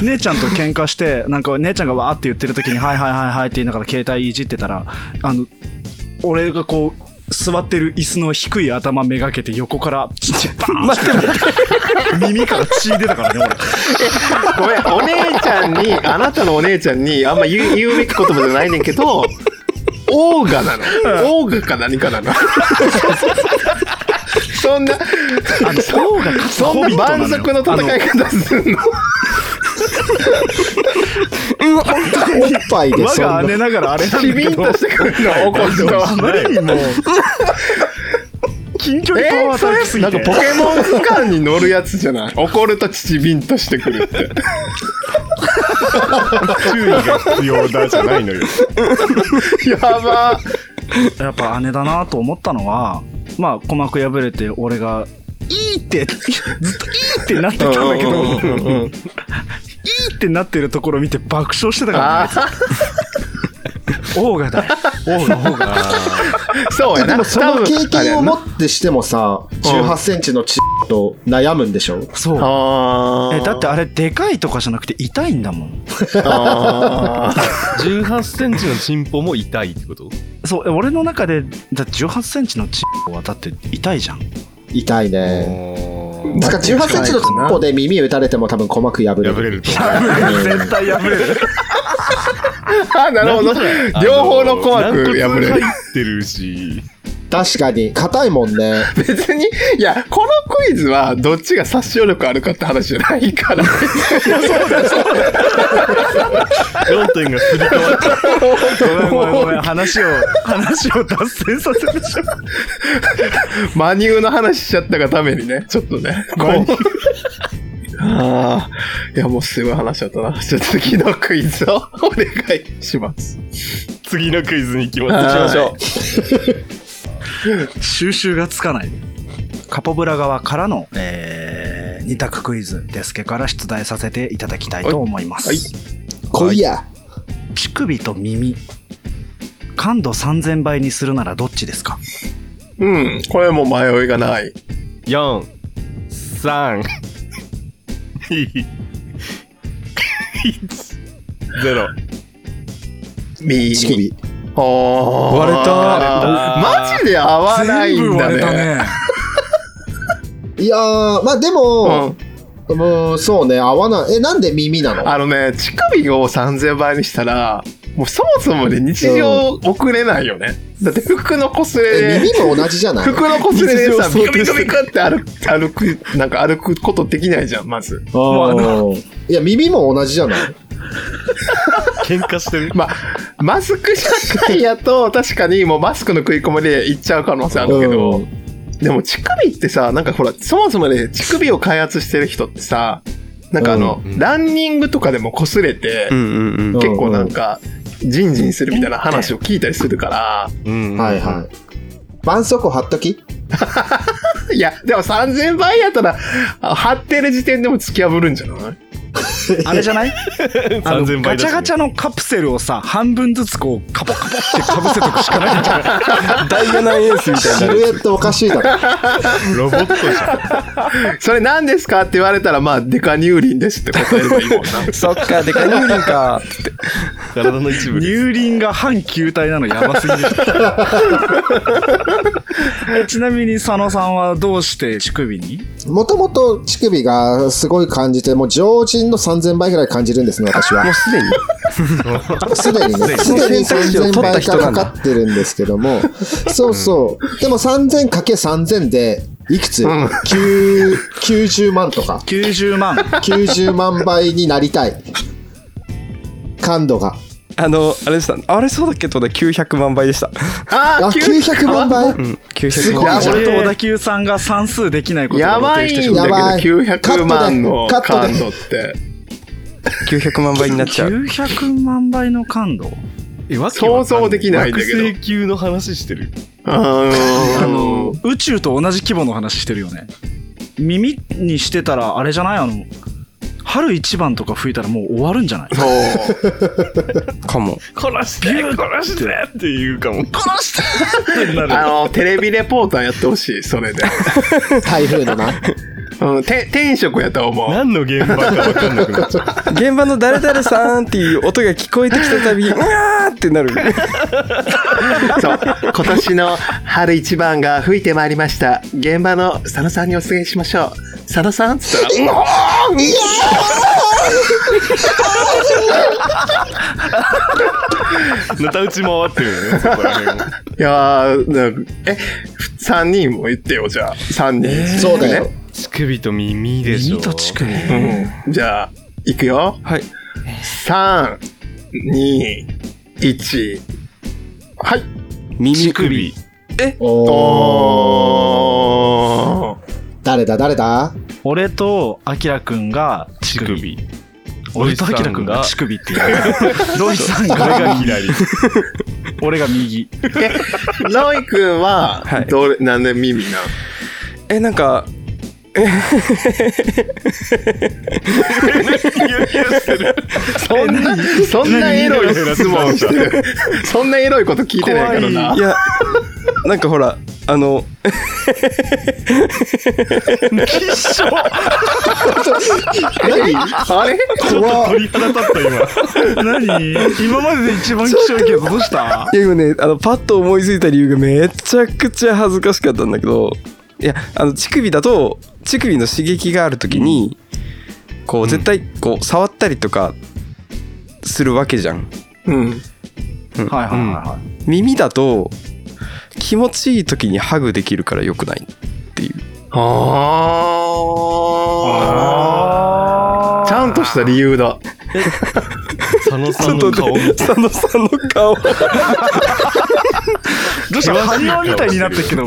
C: 姉ちゃんと喧嘩してなんか姉ちゃんがわーって言ってる時に「はいはいはいはい」って言いながら携帯いじってたらあの俺がこう座ってる椅子の低い頭めがけて横からチッバーンって耳から血出たからね俺
B: ごめん、お姉ちゃんに、あなたのお姉ちゃんに、あんま言う言うべき言葉じゃないねんけど、オーガなの。オーガか何か なの。そんな、
C: あの王が勝つ
B: そん
C: ホビ
B: な
C: ットな
B: 満足の戦い
C: い
B: 方すんの。
E: おっぱいで
C: 我
E: そん
C: が
E: な。
C: 姉ながらあれなん
B: シ
C: だ
B: ビ
C: け
B: ン
C: ど
B: としてくるの、怒ると。
C: あまりにも近距離パ
B: え
C: ワ
B: ー、
C: ー
B: そ
C: タ
B: れ
C: イプすぎ
B: なんか
C: て
B: ポケモン図鑑に乗るやつじゃない怒るとチビンとしてくるって。
D: 注意が必要だじゃないのよ
B: やば
C: やっぱ姉だなと思ったのはまあ鼓膜破れて俺が「いい!」ってずっと「いい!」ってなってたんだけど「いい!」ってなってるところ見て爆笑してたから
B: あ
C: ね
B: ー
C: オーガだよオーガオーガ
B: そうや
E: で
B: な。
E: もそ
B: 多分
E: の経
B: あれ
E: 験
B: や
E: を
B: な
E: 持ってしてもさ、18センチのチッと悩むんでしょ
C: そう
B: あ
C: え
B: ー
C: だってあれでかいとかじゃなくて痛いんだもん
B: あ
D: 1
B: ー
D: 8ンチの進歩も痛いってこと
C: そうえ俺の中でだって1 8ンチのチンコはだって痛いじゃん
E: 痛いね。つか18センチのチッポで耳打たれても多分鼓膜破れる。
D: 破れると
C: 絶対破れる
B: あ、なるほど。両方の鼓膜破れる。
D: 入ってるし
E: 確かに、硬いもんね。
B: 別に、いや、このクイズはどっちが殺傷力あるかって話じゃないから。
D: 論点がすり替わった
C: ごめんごめんごめん 話を話を脱線させてしまう
B: マニューの話しちゃったがためにね、ちょっとね、こう。ああ、いや、もうすごい話だったな。じゃあ次のクイズを お願いします。
D: 次のクイズに行きま
B: 行
D: す
B: きましょう。
C: 収集がつかないカポブラ川からの、ええー二択クイズ、デスケから出題させていただきたいと思います。
B: はい
E: 来いや。
C: 乳首と耳、感度3000倍にするならどっちですか
B: うん、これはもう迷いがない。
D: 4、3、2、0。
B: 右。
E: 乳首。
B: おー
A: 割れた
B: マジで合わないんだね。
A: ね。
E: いやー、まあでも、うん、そうね、合わない。え、なんで耳な
B: うん、
E: の
B: あのね、乳首を3000倍にしたら、もうそもそもで日常送れないよね。だって服のこすれ
E: え
B: で、
E: 耳も同じじ ゃない
B: 服のこすれでさ、
D: 日常想
B: ビク
D: 定
B: ビ
D: し
B: ク
D: て
B: ビクって歩く、歩く、なんか歩くことできないじゃん、まず。
E: いや、耳も同じじゃない
D: 喧嘩してる。
B: まあ、マスク社会やと、確かにもうマスクの食い込みでいっちゃう可能性あるけど、
E: うん
B: でも乳首ってさ、なんかほら、そもそもね、乳首を開発してる人ってさ、なんかあの、
D: うん
B: ランニングとかでも擦れて、
F: うんうん
B: 結構なんか、ジンジンするみたいな話を聞いたりするか
D: うん
E: はいはい。絆創膏貼っとき
B: ら、いや、でも3000倍やったら、あ貼ってる時点でも突き破るんじゃない
C: あれじ ゃないあの
D: 3000倍
C: ガチャガチャのカプセルをさ、半分ずつこう、カポカポってかぶせとくしかないんじゃない
F: ダイアナインエースみたい
E: シ
F: にな
E: ル
F: る
E: エットおかしいだろ。
D: ロボットじゃん。
B: それ何ですかって言われたら、まあ、デカニューリンですって答えればいいもんな。
F: そっかでかいニューリンか
D: 体の一部です。
C: 乳輪が半球体なのや ばすぎる。 えちなみに佐野さんはどうして乳首に
E: もともと乳首がすごい感じて、もう常人の3000倍ぐらい感じるんですね、私は
F: もう。すでに
E: すでにね、すでに3000倍がかかってるんですけども、そうそう。でも 3000×3000 で、いくつ、九 ?90 万とか、
C: ?90 万。
E: 90万倍になりたい。感度が。
F: あのあれでしたあれそうだっけとね900万倍でした
E: あ、
B: あー、急
E: 900万倍
F: うん
E: す
F: 900
E: ご
F: 万
E: い
C: 俺
E: じゃん。
C: と小田急さんが算数できないこと
B: や
C: が
B: ば
C: 露呈して
B: い
C: し
B: ん
C: まう。
B: だけど、
E: やばい
B: 900万の
E: カットで
B: 感度って。
F: 900万倍になっちゃ う
C: 900万倍の感度
D: えわけ
B: 想像できないんだけど
D: 惑星級の話してる。
B: あ
C: あの、宇宙と同じ規模の話してるよね。耳にしてたら、あれじゃないあの、春一番とか吹いたらもう終わるんじゃない
B: そう。
F: かも
D: 殺して殺してって言うかも。 殺してってなる。
B: あの、テレビレポーターやってほしい、そ れで。
E: 台風のな。
B: うん、て天職やと思う。
D: 何の現場か分かんなくなっちゃう。
F: 現場の誰々さんっていう音が聞こえてきたたび うわーってなる
B: そう。今年の春一番が吹いてまいりました。現場の佐野さんにお告げしましょう。佐野 さんっつったら、
D: なた打ち回ってるよね、そこら辺も。
B: いやー、なんかえ、3人も言ってよ、じゃあ。3人。
E: そうだよ。
D: 乳首と耳でしょ。
C: 耳と乳首。
B: うん。じゃあ、いくよ。
F: はい。
B: 3、2、1。はい。
D: 乳首。
E: おー。
B: おー。
E: 誰だ誰だ
C: 俺とアキラくんが乳
D: 乳
C: 首。
D: 首。
C: 俺とアキラくんが
D: ロイ
C: 乳首っていう。ロイさん
D: これが
C: が
D: 左。
C: 俺が右。
B: ロイ君は
F: はい、
B: どれ、なんで耳なの
F: えなんか
B: そんな、そんなエロい質問してる。そんなエロいこと聞いてないから
F: い
B: な。
F: やなんかほらあの
B: あれ
E: 怖っ
D: 鳥肌立った今。
C: 何今までで一番希少いけどどうした
F: いや今ねあのパッと思いついた理由がめちゃくちゃ恥ずかしかったんだけどいやあの乳首だと乳首の刺激がある時に、こう絶対こう触ったりとかするわけじゃん
B: うん。
C: はいはいはいはい。
F: 耳だと気持ちいい時にハグできるからよくないっていう
B: ああ。ちゃんとした理由だ。
D: 佐野さんの顔見て。
F: 佐野さんの顔
C: どうした反応みたいになったけど。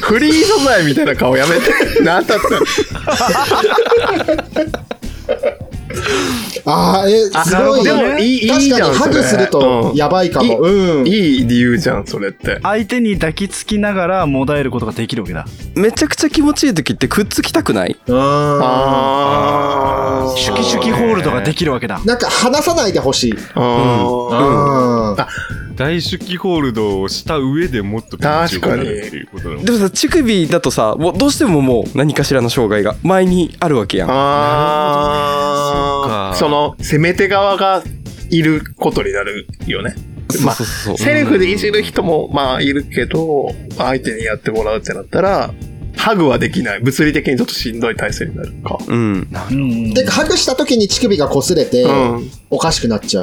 B: フリー素材みたいな顔やめて。なんだったの
E: ああ、え、す
B: なる
E: ご
B: ほど
E: い。
B: でもいいいい
E: 確かに
B: じゃん
E: ハグするとやばいかも。うん。
B: いい理由じゃん、それって。
C: 相手に抱きつきながらもだえることができるわけだ
F: めちゃくちゃ気持ちいい時ってくっつきたくない
E: あ
B: あ
C: シュキシュキホールドができるわけだ
E: ーなんか離さないでほしい。
B: あー。
E: うん。
D: 大手記ホールドをした上でもっと気持ちよくなるっていうことだもん
F: でもさ乳首だとさもうどうしてももう何かしらの障害が前にあるわけやん
B: あ
D: なるほどねそっか
B: ー。その、攻め手側がいることになるよね。
F: そうそうそうそう
B: セルフでいじる人も、まあ、いるけど、相手にやってもらうってなったら、ハグはできない。物理的にちょっとしんどい体勢になるか。
F: うん
C: うん
E: で、ハグした時に乳首が擦れて、
B: うん。
E: おかしくなっちゃう。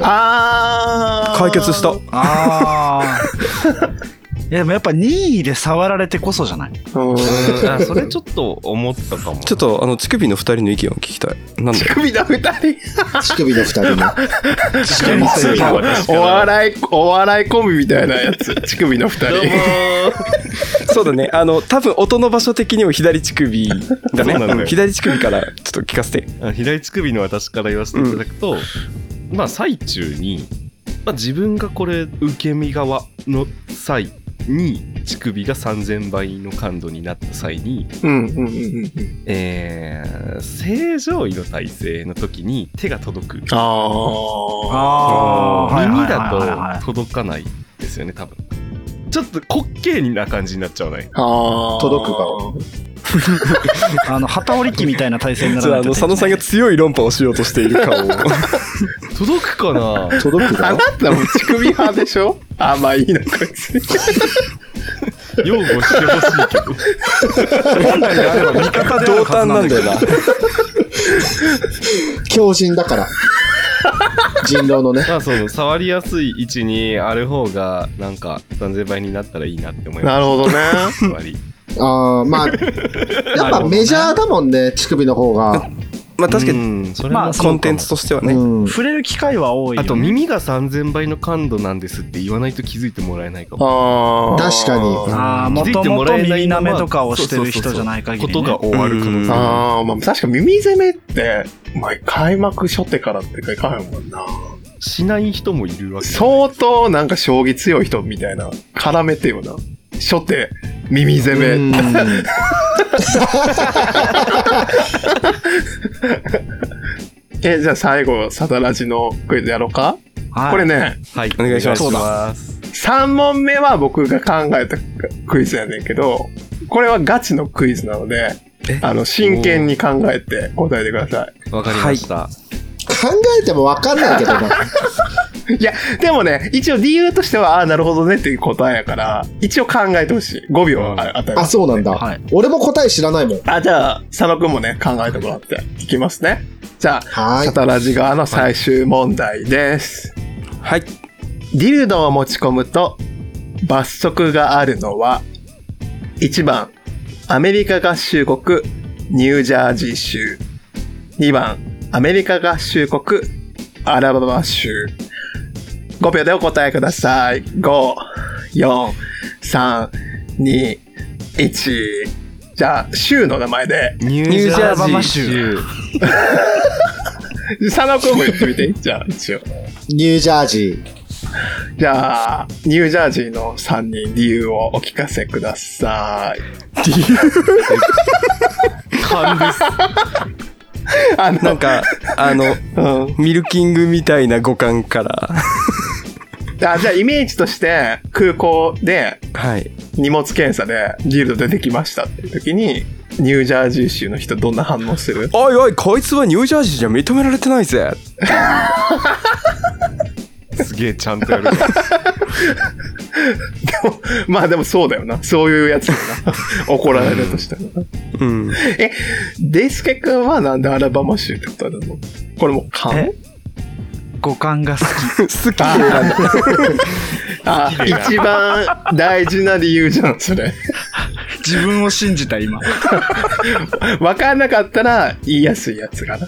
B: あー。
F: 解決した
C: ああ いやでもやっぱ任意で触られてこそじゃない
B: うん。
D: うんあそれちょっと思ったかも
F: ちょっとあの乳首の二人の意見を聞きたいなん
B: 乳
F: で
B: 首の二人。
E: 乳首の二人の。乳首の二人の。
B: お笑い、お笑いコンビみたいなやつ。乳首の二人。
F: そうだねあの多分音の場所的にも左乳首だね
D: そうなんだよ
F: うん左乳首からちょっと聞かせて
D: あ左乳首の私から言わせていただくと、まあ最中に、まあ、自分がこれ受け身側の際に乳首が3000倍の感度になった際に、
B: うん、うん、うんうん。うん
D: えー正常位の体勢の時に手が届く
C: あ
B: あ
D: 耳だ
C: と
D: と届かないですよね多分ちょっと滑稽な感じになっちゃわない
B: ー。あー。
E: 届くか
C: あの旗織り機みたいな体勢にな
F: ちょ
C: ら
F: っとあ
C: ない
F: の
C: と
F: 佐野さんが
C: できない
F: 強い論破をしようとしている顔 を
D: 届くかな
E: 届く
B: あ
E: だろ
B: なたも乳首派でしょ あ、まあいいな、こいつ。
D: 擁護してほしいけど
C: 本来であれば味方である
F: 同
C: はず
F: 担
C: な
F: なんん
C: だ
F: だ
C: よ
F: よな
E: 強靭だから。人狼のね。
D: まあその触りやすい位置にある方がなんか3000倍になったらいいなって思いま
B: なるほどね。
D: す触り
E: ああ、まあ、やっぱメジャーだもんね、乳首の方が。
F: まあ確かに
D: にそれ
C: ま
D: ま
C: あ
D: あ
C: そう
F: コ
C: かも
F: ンテンツとしては
E: う
F: ね、
E: ん。
C: 触れる機会は多いよ
D: あ
C: ね
D: と耳が3000倍の感度なんですって言わないと気づいてもらえないかも
B: あー
E: 確かに
C: ああも
D: 気づ
C: と
D: いて
C: も
D: も
C: と
D: らえない
C: 耳
D: ま
C: な
D: ま
C: めとかをしてる人じゃない限り、ね、
D: そうそうそうことが終わる可能性があ
B: ああ、まあ確か耳攻めって、まあ開幕初手からってかいかへんもんな。
D: るしない人もいるわけ
B: 相当なんか将棋強い人みたいな、絡めてよな。初手、耳攻め。
E: うん
B: え、じゃあ最後、サタラジのクイズやろうか、
C: はい
B: これね、
D: はい
F: お願いします
D: お願いします
B: 3問目は僕が考えたクイズやねんけど、これはガチのクイズなので
F: え、
B: あの、真剣に考えて答えてくださ
D: わかりました、
E: 考えてもわかんないけどな。
B: い。いや、でもね、一応理由としては、ああ、なるほどねっていう答えやから、一応考えてほしい。5秒あ与えます
E: あ、そうなんだ。
C: はい
E: 俺も答え知らないもん。
B: あ、じゃあ、佐野くんもね、考えてもらっていきますね。じゃあ、
E: は
B: シャ
E: ーい。
B: タラジ側の最終問題です。
F: はい
B: ディルドを持ち込むと罰則があるのは、1番、アメリカ合衆国、ニュージャージー州。2番、アメリカ合衆国、アラバマ州。5秒でお答えください。5、4、3、2、1。じゃあ、州の名前で
D: ニュ
F: ニュージャージー
D: 州
B: 佐野くんも言ってみて。じゃあ、一応。
E: ニュージャージ
B: じゃあ、ニュージャージーの3人、理由をお聞かせください。
D: 勘です
B: あの、
F: なん かあの
B: うん。
F: ミルキングみたいな五感から
B: あじゃあ、イメージとして、空港で
F: はい
B: 荷物検査でギルド出てきましたっていう時に、ニュージャージー州の人どんな反応する
F: おいおいこいつはニュージャージーじゃ認められてないぜ
D: すげえちゃんとやるわ
B: まあでもそうだよな。そういうやつだよな。怒られるとしたら。
F: うん
B: え、デイスケ君はなんでアラバマ州ってことなのこれも勘
C: え五感が好き
F: 好きなんだ
B: あ、一番大事な理由じゃん、それ。
C: 自分を信じた今
B: わかんなかったら言いやすいやつかな。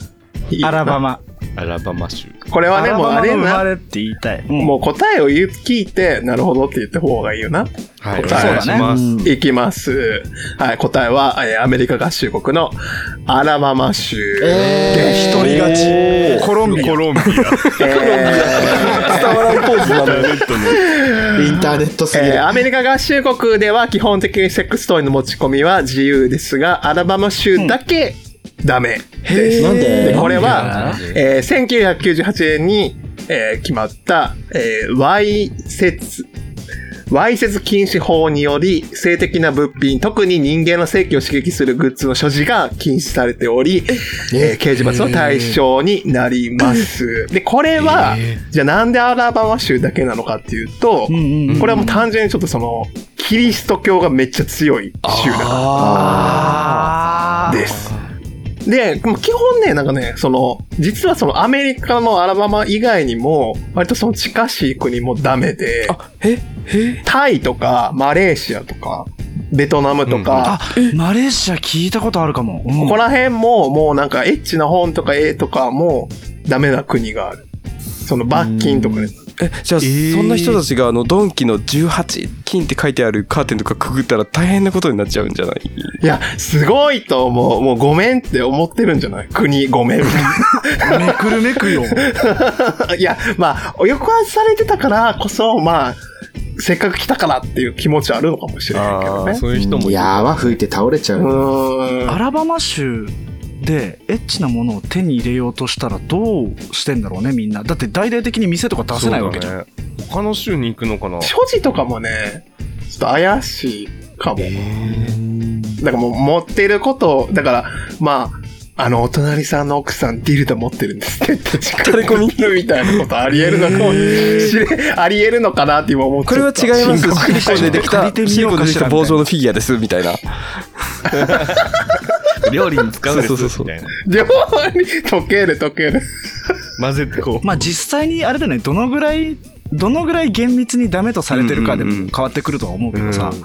C: アラバ
B: マ。
C: マ
D: アラバマ州。
B: これはね、
C: アラ
B: もう
C: バ
B: あ
C: マ
B: れ
C: の生ま
B: な。
C: れって言いたい。うん
B: もう答えを言う聞いて、なるほどって言った方がいいよな。
D: はい、お
B: 答え
D: 願いします。
C: うん
B: いきます。はい、答えは、えーアメリカ合衆国のアラバマ州。
E: えー、
F: 一人勝ち
E: え
D: コロンビア。コロンビア。
B: え
F: 伝わらんポーズなのよ
E: ーインターネットす
B: ー
E: ぎる。
B: えーアメリカ合衆国では基本的にセックストイの持ち込みは自由ですが、アラバマ州だけダメです。
E: なんで
B: でこれ
A: な
B: は
A: ん、で
B: えー1998年に、えー決まった、えー、わいせつ、わいせつ禁止法により、性的な物品、特に人間の性器を刺激するグッズの所持が禁止されており、えー刑事罰の対象になります。で、これは、じゃあなんでアラバマ州だけなのかっていうと
C: う、んうん。
B: これはもう単純にちょっとその、キリスト教がめっちゃ強い州だか
C: あ
B: ら
C: ー
B: です。で、もう基本ね、なんかね、その、実はそのアメリカのアラバマ以外にも、割とその近しい国もダメで、
F: ええ
B: タイとか、マレーシアとか、ベトナムとか、
C: あ、マレーシア聞いたことあるかも。うん
B: ここら辺ももうなんかエッチな本とか絵とかもダメな国がある。その罰金とかね。
F: えじゃあ、
D: ー
F: そんな人たちがあのドンキの18金って書いてあるカーテンとかくぐったら大変なことになっちゃうんじゃない
B: いや、すごいと思う。もうごめんって思ってるんじゃない国ごめんみたいな。
C: めくるめくよ。
B: いや、まあ、抑圧されてたからこそ、まあ、せっかく来たからっていう気持ちはあるのかもしれないけど
D: ああ、
B: ね。
D: そういう人も
E: い
D: いる。
E: やー、泡吹いて倒れちゃ
B: う
E: う。
B: ー ん。
C: アラバマ州でエッチなものを手に入れようとしたらどうしてんだろうねみんなだって大々的に店とか出せないわけじゃん、
D: そうだね他の州に行くのかな
B: 所持とかもね、ちょっと怪しいかも。だからもう持ってることを、だから、まあ、あの、お隣さんの奥さんディルド持ってるんで すって言って近くに込みるみたいなことありえるのかもしれ、ありえるのかなって今思っちゃ
F: こ
B: った
F: れは違います
B: 深刻
F: シリコンでできた
C: 借りて
F: シ
C: み
F: リ
C: よ
F: コ
C: う
F: ンで
C: か
F: で
C: し
F: きた
C: ら
F: 棒状のフィギュアですみたいな
D: 料理に使うやつ
F: そうそうそう
D: みたいな
B: 両方に溶ける溶ける。
D: 混ぜてこう。
C: まあ実際にあれだねどのぐらいどのぐらい厳密にダメとされてるかでも
F: うんうんうん
C: 変わってくるとは思うけどさ、
D: うん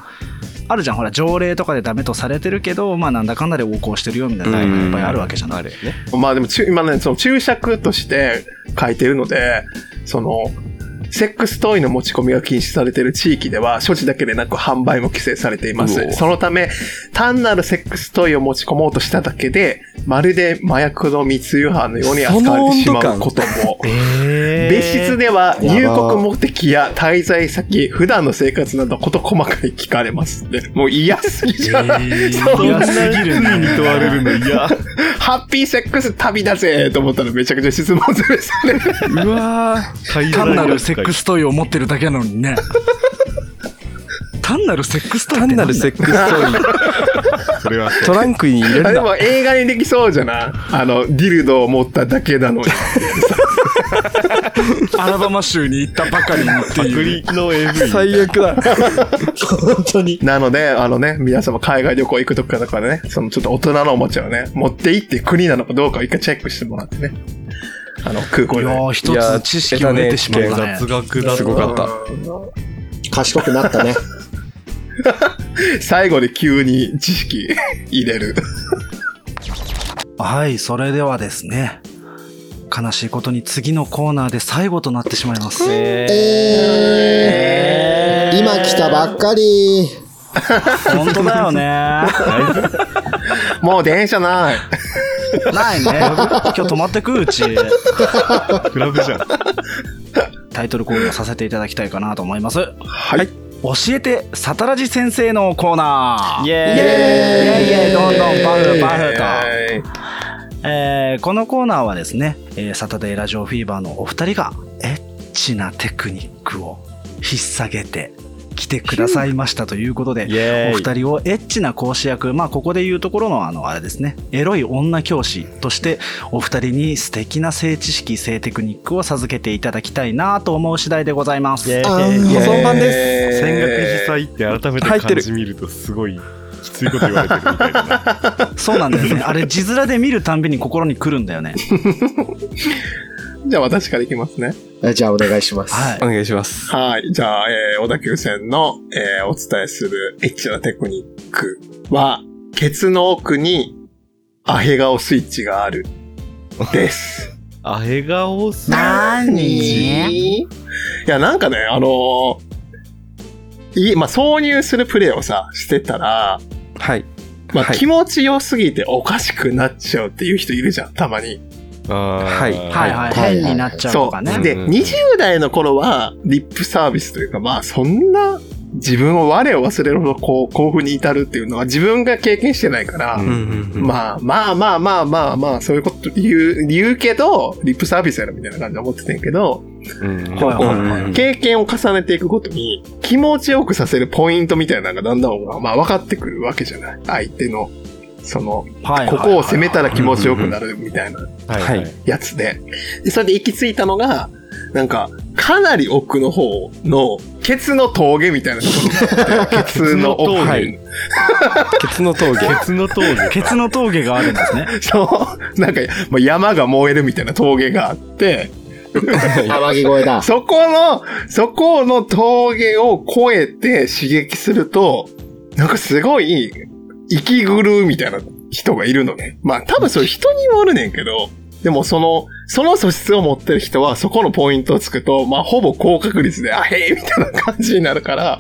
C: あるじゃんほら条例とかでダメとされてるけどまあなんだかんだで横行してるよみたいなのがいっぱいあるわけじゃない、
D: あれね。
B: まあでも注、今ね、その注釈として書いてるので、その、セックストイの持ち込みが禁止されている地域では、所持だけでなく販売も規制されていま
F: うお
B: す。そのため、単なるセックストイを持ち込もうとしただけで、まるで麻薬の密輸犯のように扱われてしまうこと も。別室では入国目的や滞在先、普段の生活などこと細かに聞かれますね。もう嫌すぎじゃない、 そんな
C: 嫌すぎるね
D: 問われるの嫌。
B: ハッピーセックス旅だぜと思ったらめちゃくちゃ質問するされ
F: う
B: る。
F: わー
C: 単なるセックストイを持ってるだけなのにね単なるセックストイって
F: 単な
C: 何
F: る
C: だ
F: セックストーリ
D: それは
F: ートランクに入れ
B: あ
F: る
B: で
F: な
B: も映画にできそうじゃないあの、ディルドを持っただけなのに。
C: アラバマ州に行ったばかりにって
D: パ
C: いう
D: クリの AV。
F: 最悪だ
E: 本当に。
B: なので、あのね、皆様海外旅行行くとかだからね、そのちょっと大人のおもちゃをね、持っていって国なのかどうかを一回チェックしてもらってね。あの、空港
C: い
B: で
C: や
B: ね。
C: ー一つ知識を得てしまったね
D: 雑学だ
F: すごかった
E: 賢く なったね。
B: 最後で急に知識入れる。
C: はいそれではですね悲しいことに次のコーナーで最後となってしまいます、
E: えー、今来たばっかり。
C: 本当だよね
B: もう電車ない。
C: ないね今日止まってくうち
D: クラブじゃん。
C: タイトルコールをさせていただきたいかなと思います教
B: は
C: え
B: い。
C: てサタラジ先生のコーナーイ
B: イ
C: エーイイエーイどんどんパフパフと
B: イエーイ
C: えーこのコーナーはですね、えーサタデーラジオフィーバーのお二人がエッチなテクニックを引っ提げて来てくださいましたということで、お二人をエッチな講師役、まあ、ここで言うところのあのあれですねエロい女教師としてお二人に素敵な性知識性テクニックを授けていただきたいなと思う次第でございます。
E: あ
F: 保
E: ー
F: 存版です
D: 戦学被災って改めて
F: 入って
D: 漢
F: る
D: 字見るとすごいきついこと言われてるみたいだな。
C: そうなんだよねあれ字面で見るたんびに心に来るんだよね。
B: じゃあ私からいきますね。
E: えじゃあお願いします。
C: はい
F: お願いします
B: はい。じゃあ、えー小田急線の、えーお伝えするエッチなテクニックは、ケツの奥にアヘ顔スイッチがある。です。
D: あへ顔さ
G: な
D: ん。
G: ーに
B: いや、なんかね、あのーいい、まあ、挿入するプレイをさ、してたら、
F: はい。
B: まあ、
F: はい
B: 気持ち良すぎておかしくなっちゃうっていう人いるじゃん、たまに。
D: は
G: はいはい、
E: はい
G: 変になっちゃう
B: そ
G: と
B: う。
G: かね。
B: で、
D: うんうんうん
B: 20代の頃は、リップサービスというか、まあ、そんな、自分を我を忘れるほどこう興奮に至るっていうのは自分が経験してないから、
D: うん
F: うんうんあ、
B: まあまあまあまあまあまあ、そういうこと言う、言うけど、リップサービスやろみたいな感じで思っててんけど、
D: うん
B: こう
G: はい
F: はいはい
B: 経験を重ねていくごとに、気持ちよくさせるポイントみたいなのがだんだん、まあ分かってくるわけじゃない。相手の、その、
C: はい
B: ここを攻めたら気持ちよくなるみたいな
D: はい
F: はい
B: やつで。でそれで行き着いたのが、なんか、かなり奥の方の、ケツの峠みたいなところがあって。ケツの奥。
D: ケツの峠
B: はい
F: ケツの峠。
D: ケツの峠。
C: ケツの峠があるんですね。
B: そう、なんか、もう山が燃えるみたいな峠があって、
E: 天城越えだ。
B: そこの、そこの峠を越えて刺激すると、なんかすごい、息狂うみたいな人がいるのね。まあ多分それ人にもあるねんけど、でもその、その素質を持ってる人はそこのポイントをつくと、まあほぼ高確率で、あへえみたいな感じになるから、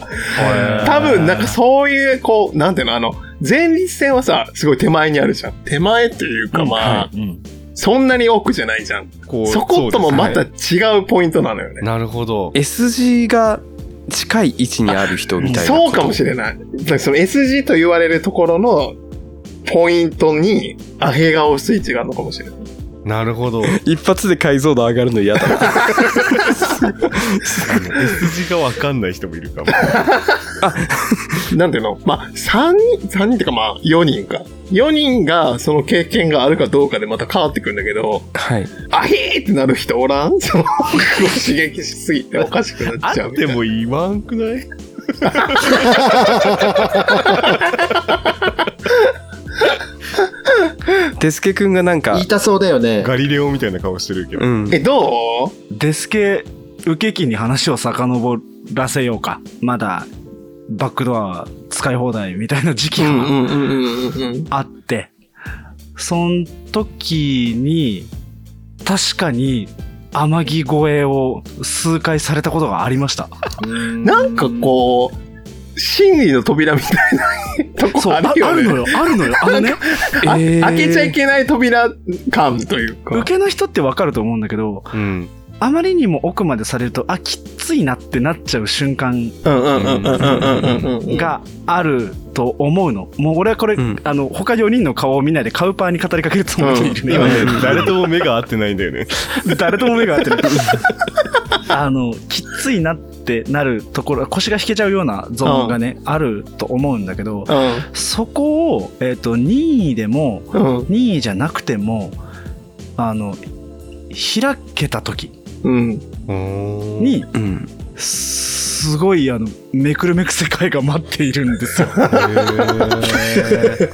B: 多分なんかそういう、こう、なんていうの、あの、前立腺はさ、すごい手前にあるじゃん。手前というかまあ、
C: うん
B: そんなに奥じゃないじゃん。
D: こう
B: そこともま
D: そ
B: た
D: うで
B: 違うポイントなのよね
D: す。なるほど。
F: S 字が近い位置にある人みたいなこと。
B: そうかもしれない。だからその S 字と言われるところのポイントに、アヘ顔スイッチがあるのかもしれない。
D: なるほ ど。
F: 一発で解像度上がるの嫌だ。
D: あの S 字がわかんない人もいるかも。
B: なんていうのまあ、3人、三人っていうかまあ、4人か。4人がその経験があるかどうかでまた変わってくるんだけど、
F: はい。
B: アヘーってなる人おらんその、刺激しすぎておかしくな
D: あ
B: っちゃう
D: っ
B: みたい
D: て
B: な。
D: も言わんくない
F: デスケくんがなんか
E: 言い、たそうだよね。
D: ガリレオみたいな顔してるけど
F: う。ん。
B: え、どう
C: デスケ受け機に話を遡らせようか。まだバックドア使い放題みたいな時期が。
B: んうんうんうん。
C: あって、そん時に、確かに、天城越えを数回されたことがありました。
B: なんかこう、心理の扉みたいなとこ
C: そう、
B: あ
C: ああ
B: る
C: る
B: よね。
C: のよ、あるのよ。あのね、
B: あ
F: えー
B: 開けちゃいけない扉感というか。
C: 受けの人ってわかると思うんだけど、
D: うん。
C: あまりにも奥までされると、あ、きっついなってなっちゃう瞬間
B: うんうんうんうんうんうんうん。、
C: があると思うの。もう俺はこれ、
F: うん
C: あの、他4人の顔を見ないでカウパーに語りかけるつもりでいるね。
D: 今ね、誰とも目が合ってないんだよね。
C: 誰とも目が合ってないあのきっついなってなるところ腰が引けちゃうようなゾーンがね、あると思うんだけど
B: う
C: そこを、えー、と任意でも
B: ん。うん。
C: 任意じゃなくてもあの開けた時
B: うん。
D: に、
C: に
F: うん。
C: すごいあのめくるめく世界が待っているんですよ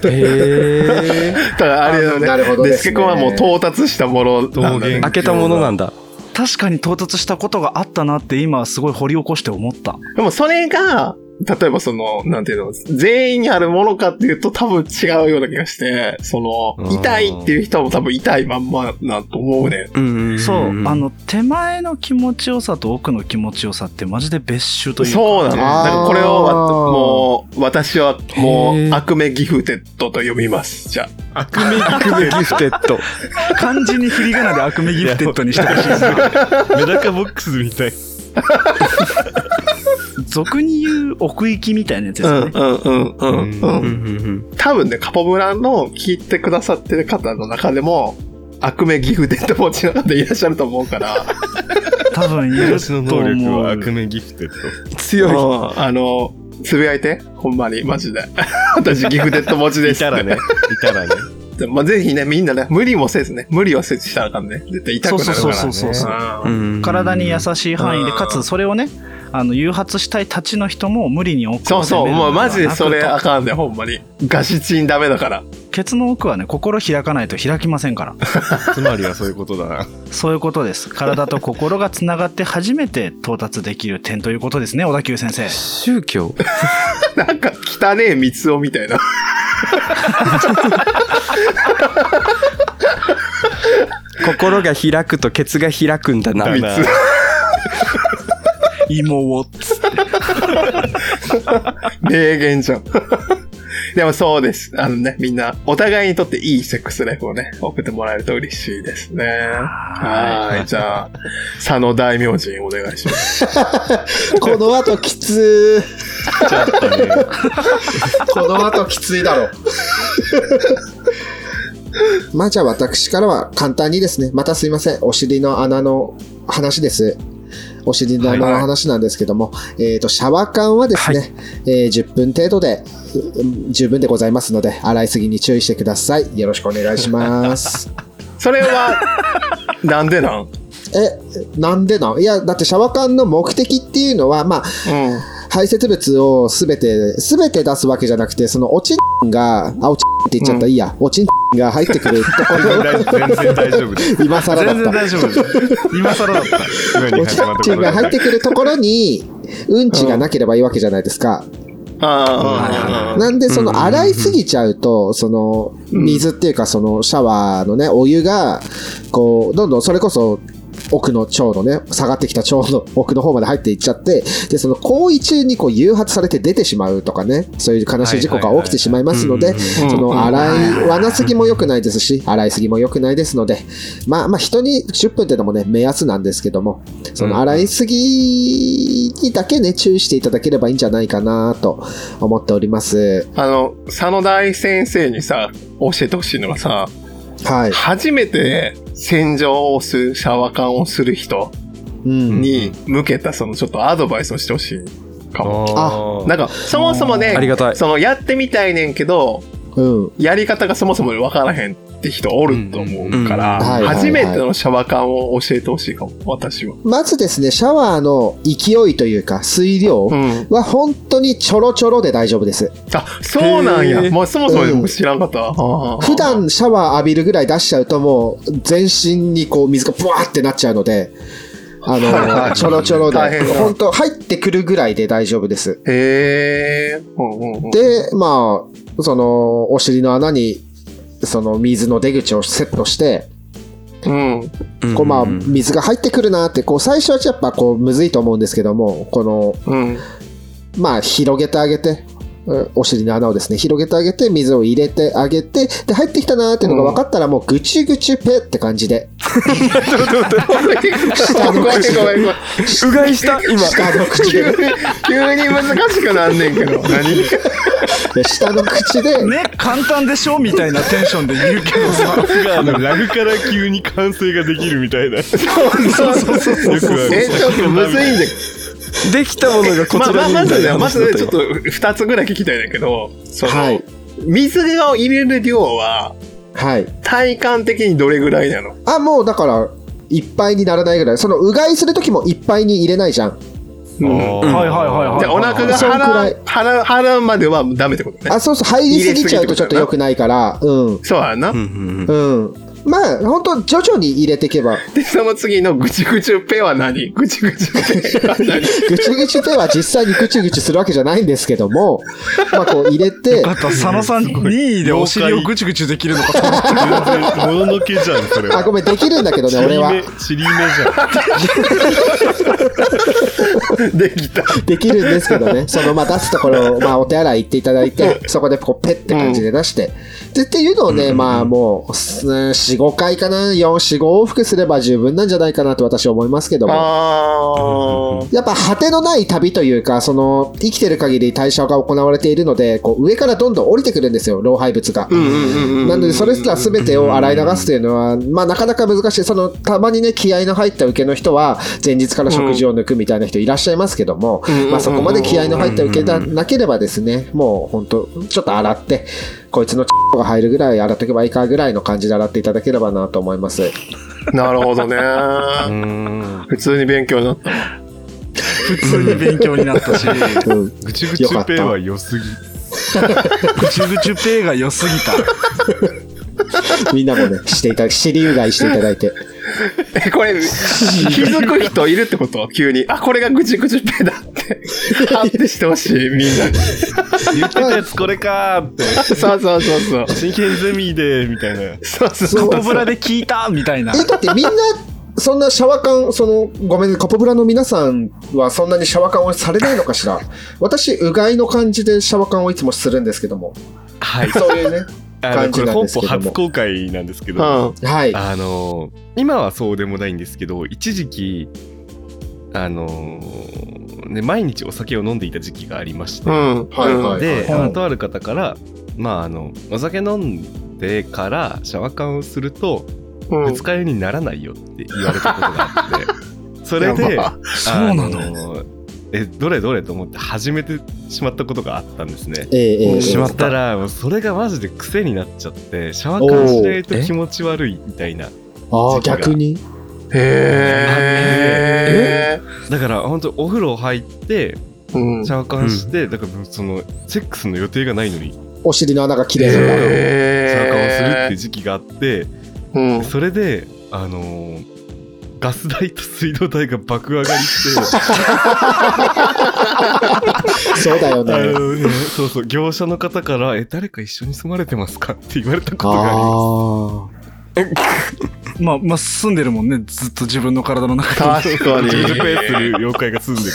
F: へ
B: だからあれだ
E: な
B: よね。
E: るほど
B: デ
E: で
B: ス
E: す
B: ケ
E: ね。
B: 君はもう到達したものなんだね
F: ー。開けたものなんだ。
C: 確かに到達したことがあったなって今すごい掘り起こして思った
B: でもそれが、例えばその、なんていうの、全員にあるものかっていうと多分違うような気がして、その、痛いっていう人も多分痛いまんまなと思うね。
F: うん。
C: そうあ、の手前の気持ちよさと奥の気持ちよさってマジで別種というか
B: そうなの。
E: あー
B: なんかこれをわ、もう、私はも
F: へ
B: う、
F: ー
B: 悪名ギフテッドと呼びます。じゃ
D: 悪名が
F: クメギフテッド。
C: 漢字に振り仮名で悪名ギフテッドにしてほしいな
D: メダカボックスみたい。
C: 俗に言う奥行きみたいなやつです
B: あ。
C: よね、
B: うんうんうんうんうん
F: うん。うん
B: 多分ね、カポブラの聞いてくださってる方の中でも、悪名ギフテッド持ちの方いらっしゃると思うから、
C: 多分言う
D: 私
C: と
D: の
C: 思
D: 能力は悪
C: う
D: 名ギフテッ
F: うん。
B: う
F: 強い。
B: んあの、つぶやいて、ほんまに、マジで。 私ギフテッド持ち
D: ド。
B: で
D: い
B: す
D: た
B: って
D: らね。いたらね。
B: でもまあ、ぜひね、みんなね、無理もせずね、無理はせずしたらあかんね。絶対痛くなるから、ね。
C: そうそうそうそう
B: うん
F: うん
C: 体に優しい範囲でかつそれをねあの誘発したいたちの人も無理に奥を
B: そうそう、
C: 攻めるの
B: もう
C: は
B: マジでそれあ
C: なく
B: かんで、ほんまに。ガシチンダメだから。
C: と ケツの奥はね心開かないと開きません から
D: つまりはそういうことだな。
C: そういうことです体と心がつながって初めて到達できる点ということですね小田急先生
F: 宗教
B: なんか、汚ねえ三つみたいな。
F: 心が開くとケツが開くんだな。
D: だな。
C: 芋をっつって。
B: 名言じゃん。 でもそうです。あのね、みんな、お互いにとっていいセックスライフをね、送ってもらえると嬉しいですね。はーい。じゃあ、佐野大名人お願いします。
E: この後きつ
D: ちょっとね。
E: ー。この後きついだろ。 まあじゃあ私からは簡単にですね、またすいません、お尻の穴の話です。お尻の穴の話なんですけども、えっと、シャワー缶はですね、えー10分程度でうん十分でございますので、洗いすぎに注意してください。よろしくお願いし ます。
B: それは、なんでなんうん。
E: え、なんでなんいや、だってシャワー缶の目的っていうのは、まあ、排泄物をすべて、すべて出すわけじゃなくて、そのおちんが、あ、おちんって言っちゃった、いいや、おちんが入ってくるところ、
D: 全然大丈夫です。
E: 今更だ
D: 全
E: っ
D: 然。
E: た
D: 大丈夫。今更だった。今に
E: お
D: 始まった
E: ちんが入ってくるところに、うんちがなければいいわけじゃないですか。
B: ああ、
E: なんで、その、洗いすぎちゃうと、その、水っていうか、その、シャワーのね、お湯が、こう、どんどん、それこそ、奥の腸のね、下がってきた腸の奥の方まで入っていっちゃって、で、その、行為中にこう、誘発されて出てしまうとかね、そういう悲しい事故が起きてしまいますので、その、洗い、罠すぎも良くないですし、洗いすぎも良くないですので、まあ、まあ、人に10分ってのもね、目安なんですけども、その、洗いすぎにだけね、注意していただければいいんじゃないかなと思っております。
B: あの、佐野大先生にさ、教えてほしいのがさ、
E: はい。
B: 初めて洗浄をする、シャワー缶をする人
E: うん。
B: に向けた、そのちょっとアドバイスをしてほしいかも。
E: あ
B: なんか、そもそもね
F: あり、がたい。
B: そのやってみたいねんけど、
E: うん。
B: やり方がそもそも分からへんって人おると思うから、
E: うんうんうん
B: 初めてのシャワー感を教えてほしいかも、私は。
E: まずですね、シャワーの勢いというか、水量
B: うん。
E: は本当にちょろちょろで大丈夫です。
B: あ、そうなん
F: へ
B: や。
F: ー
B: もうそもそも知らんかったわ。あー
E: 普、段シャワー浴びるぐらい出しちゃうともう、全身にこう水がブワーってなっちゃうので、あ の、ちょろちょろ
B: 大変
E: で、
B: だ
E: 本当入ってくるぐらいで大丈夫です。
B: へえ。うんうんうん
E: で、まあ、その、お尻の穴に、その水の出口をセットして、
B: うん。
E: こうまあ、
F: うん
E: 水が入ってくるなって、こう、最初はやっぱこう、むずいと思うんですけども、この、
B: うん。
E: まあ、広げてあげて、うんお尻の穴をですね、広げてあげて、水を入れてあげて、で、入ってきたなーっていうのが分かったら、もう、ぐちゅぐちゅぺって感じで、
B: ごめんごめんごめん。
F: うがいした、今。
E: 下の口
B: 急
E: で
B: に、、急に難しくなんねんけど。何
E: で下の口で、
C: ね、簡単でしょみたいなテンションで言うけどさ。
D: あの、ラグから急に完成ができるみたいな。
B: そうそうそうそう
D: よくある
B: え、ちょっとむずいんで。
F: できたものがこ
B: まあ
F: ち
B: ま
F: ら
B: あ、
F: に
B: ま
F: みた
B: ず
F: い
B: ね、
F: な
B: ま
F: 話
B: ず
F: だっ
B: ね、
F: た
B: ちょっ
F: よ。
B: と2つぐらい聞きたいんだけど、その、
E: はい、
B: 水を入れる量は、
E: はい。
B: 体感的にどれぐらいなの
E: あ、もう、だから、いっぱいにならないぐらい。その、うがいするときもいっぱいに入れないじゃん。
B: うん
D: うん
C: はいはいはいはい
B: じゃあお腹が
E: そんくら
B: 腹
E: い
B: 腹腹まではダメってことね
E: あ、そうそう、入りすぎちゃうとちょっと良くないから、うん、
B: そうやな、
F: うんうんうん
E: うん。まあ、本当徐々に入れていけば、
B: でその次のぐちゅぐちゅペは何ぐちゅぐちゅペは何
E: ぐちゅぐちゅでは実際にぐちゅぐちゅするわけじゃないんですけども、まあ、こう入 れて、
C: だった佐野さん2位でお尻をぐちゅぐちゅできるのかと思った。
D: 全然もののけじゃん、それ
E: あ、
D: は。
E: ごめん、できるんだけどね、俺は。
D: ちりめじゃん。
B: できた
E: できるんですけどね、そのまあ出すところを、まあ、お手洗い行っていただいて、そこでこうペッって感じで出して、でっていうのをね、まあもう、4、5回かな、4、4、5往復すれば十分なんじゃないかなと私は思いますけども。
B: あー
E: やっぱ果てのない旅というか、その生きてる限り代謝が行われているので、こう上からどんどん降りてくるんですよ、老廃物が。
B: うんうんうんうん
E: なので、それすら全てを洗い流すというのは、まあ、なかなか難しい。その、たまにね、気合の入った受けの人は、前日から食事を抜くみたいな人いらっしゃいますけども、
B: うん
E: まあ、そこまで気合の入った受けがなければですね、もう、本当ちょっと洗って、こいつのが入るぐらい洗っとけばいいかぐらいの感じで洗っていただければなと思います。
B: なるほどね普通に勉強になった
C: 普通に勉強になったし。
E: うん。
D: ぐちゅぐちゅペは良すぎ。
C: ぐちゅぐちゅペーが良すぎた。
E: みんなもね、していただき、シリうがいしていただいて。
B: え、 これ、気づく人いるってこと急に。あ、これがぐちぐちペだって。判定してほしい、みんな に。
D: 言ってたやつこれかーって。
B: そうそうそうそう。
D: 真剣ゼミで、みたいな。
B: そうそう
E: そ
B: そうう。
C: コブラで聞いたみたいな。
E: え、だってみんな、そんなシャワ感、その、ごめんね、カポブラの皆さんはそんなにシャワ感をされないのかしら。私、うがいの感じでシャワ感をいつもするんですけども。
D: はい。
E: そういうね。
D: あの、こ
E: 感じ
D: れ
E: なん
D: 本
E: です
D: 邦
E: けども
D: 初公開なんですけど、
B: うん。
E: はい。
D: あの今はそうでもないんですけど一時期あの、ね、毎日お酒を飲んでいた時期がありまして、
B: うん。
E: はいはい
D: で、
C: はい
D: あのとある方から、まあ、あのお酒飲んでからシャワカンをすると
B: うん
D: 二日酔いにならないよって言われたことがあ ってそれ
B: い
D: で
B: や
D: あ
B: ま
C: そうなの
D: のえどれどれと思って始めてしまったことがあったんですね。
E: ええええ
F: しまっ
D: そした
F: た
D: らもうそれがマジで癖になっちゃってシャワカンしない
A: お
D: と
A: ーえ
D: 気持ち悪いみたいな
E: ああ、逆に。
B: へ
D: だから本当お風呂入って
B: ー。うん
D: シ。ャワカンして、だからそのセックスの予定がないのにシ
E: お尻の穴が綺麗だな。
D: ャワカンをするって
B: へー。
D: 時期があって、
B: うん。
D: それであのーガス代と水道代が爆上がりして、
E: そうだよ
D: あ
E: ね。
D: のね そうそう、業者の方から、え、誰か一緒に住まれてますかって言われたことがあります。
E: あ
C: まあ、まあ、住んでるもんね。ずっと自分の体の中に。
B: 確かに。
D: ジ
B: す
D: ェル ペースに妖怪が住んで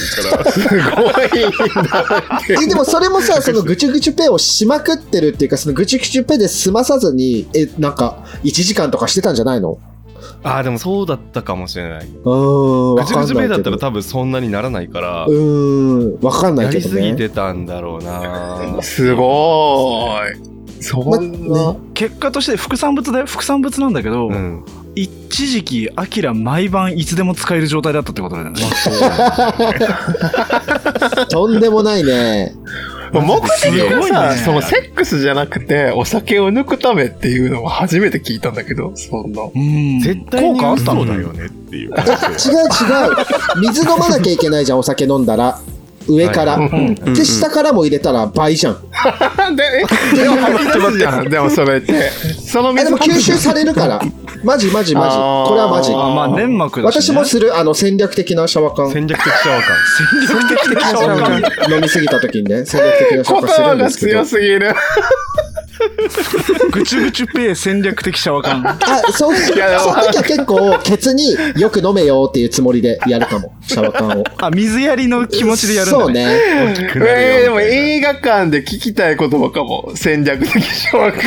D: るから。
B: ごいな。
E: あ。え、でもそれもさ、そのぐちゅぐちゅペをしまくってるっていうか、そのぐちゅぐちゅペで済まさずに、え、なんか、1時間とかしてたんじゃないの
D: ああ、でもそうだったかもしれない。
E: うーん、わ
D: ぐち
E: か
D: ぐ
E: ん
D: ち
E: な
D: め
E: い
D: だ
E: け
D: った
E: ど。
D: ら多分そんなにならないから、
E: うーん、わかんない
D: や
E: け
D: り
E: ど
D: すぎ
E: ね。
D: てたんだろう な。
B: すごーい。そん
E: ま
B: な。
C: 結果として副産物で、副産物なんだけど、
D: うん。
C: 一時期、アキラ毎晩いつでも使える状態だったってことだよね。
E: とんでもないね。
B: 目的が
C: すごい
B: さ、
C: ね
B: そのセックスじゃなくて、お酒を抜くためっていうのを初めて聞いたんだけど、そんな。
C: うん。
D: 絶対に
C: 効果あった
D: 嘘
C: の
D: だよねっていう
E: え、違う違う。水飲まなきゃいけないじゃん、お酒飲んだら。上から。
B: はい
C: うん。
F: うん
E: で、下からも入れたら倍じゃん。
B: で、え、でも吐き出すじゃん。でもそれって。その
E: え、で
B: 水
E: も吸収されるから。マジマジマジ。
B: あー
E: これはマジ。
C: あまあ、粘膜だし、ね。
E: 私もする、あの、戦略的なシャワ感。
D: 戦略的シャワー感
C: 戦略的な消化
E: 飲みすぎた時にね、戦略的なシ
B: 言
E: ャワ感する
B: 葉
E: んで
B: が
E: すけど
B: 強。すぎる。
C: ぐちゅぐちゅペイ戦略的シャワ感。
E: あ、そう、そう
B: やでも
E: その時は結構、ケツによく飲めよっていうつもりでやるかも。シャワ感を。
C: あ、水やりの気持ちでやるんだ、ね。
E: そう。
D: 大
E: ね。
D: きくなる
B: えー、で
D: よ
B: も
D: みたいな
B: 映画館で聞きたい言葉かも。戦略的消化。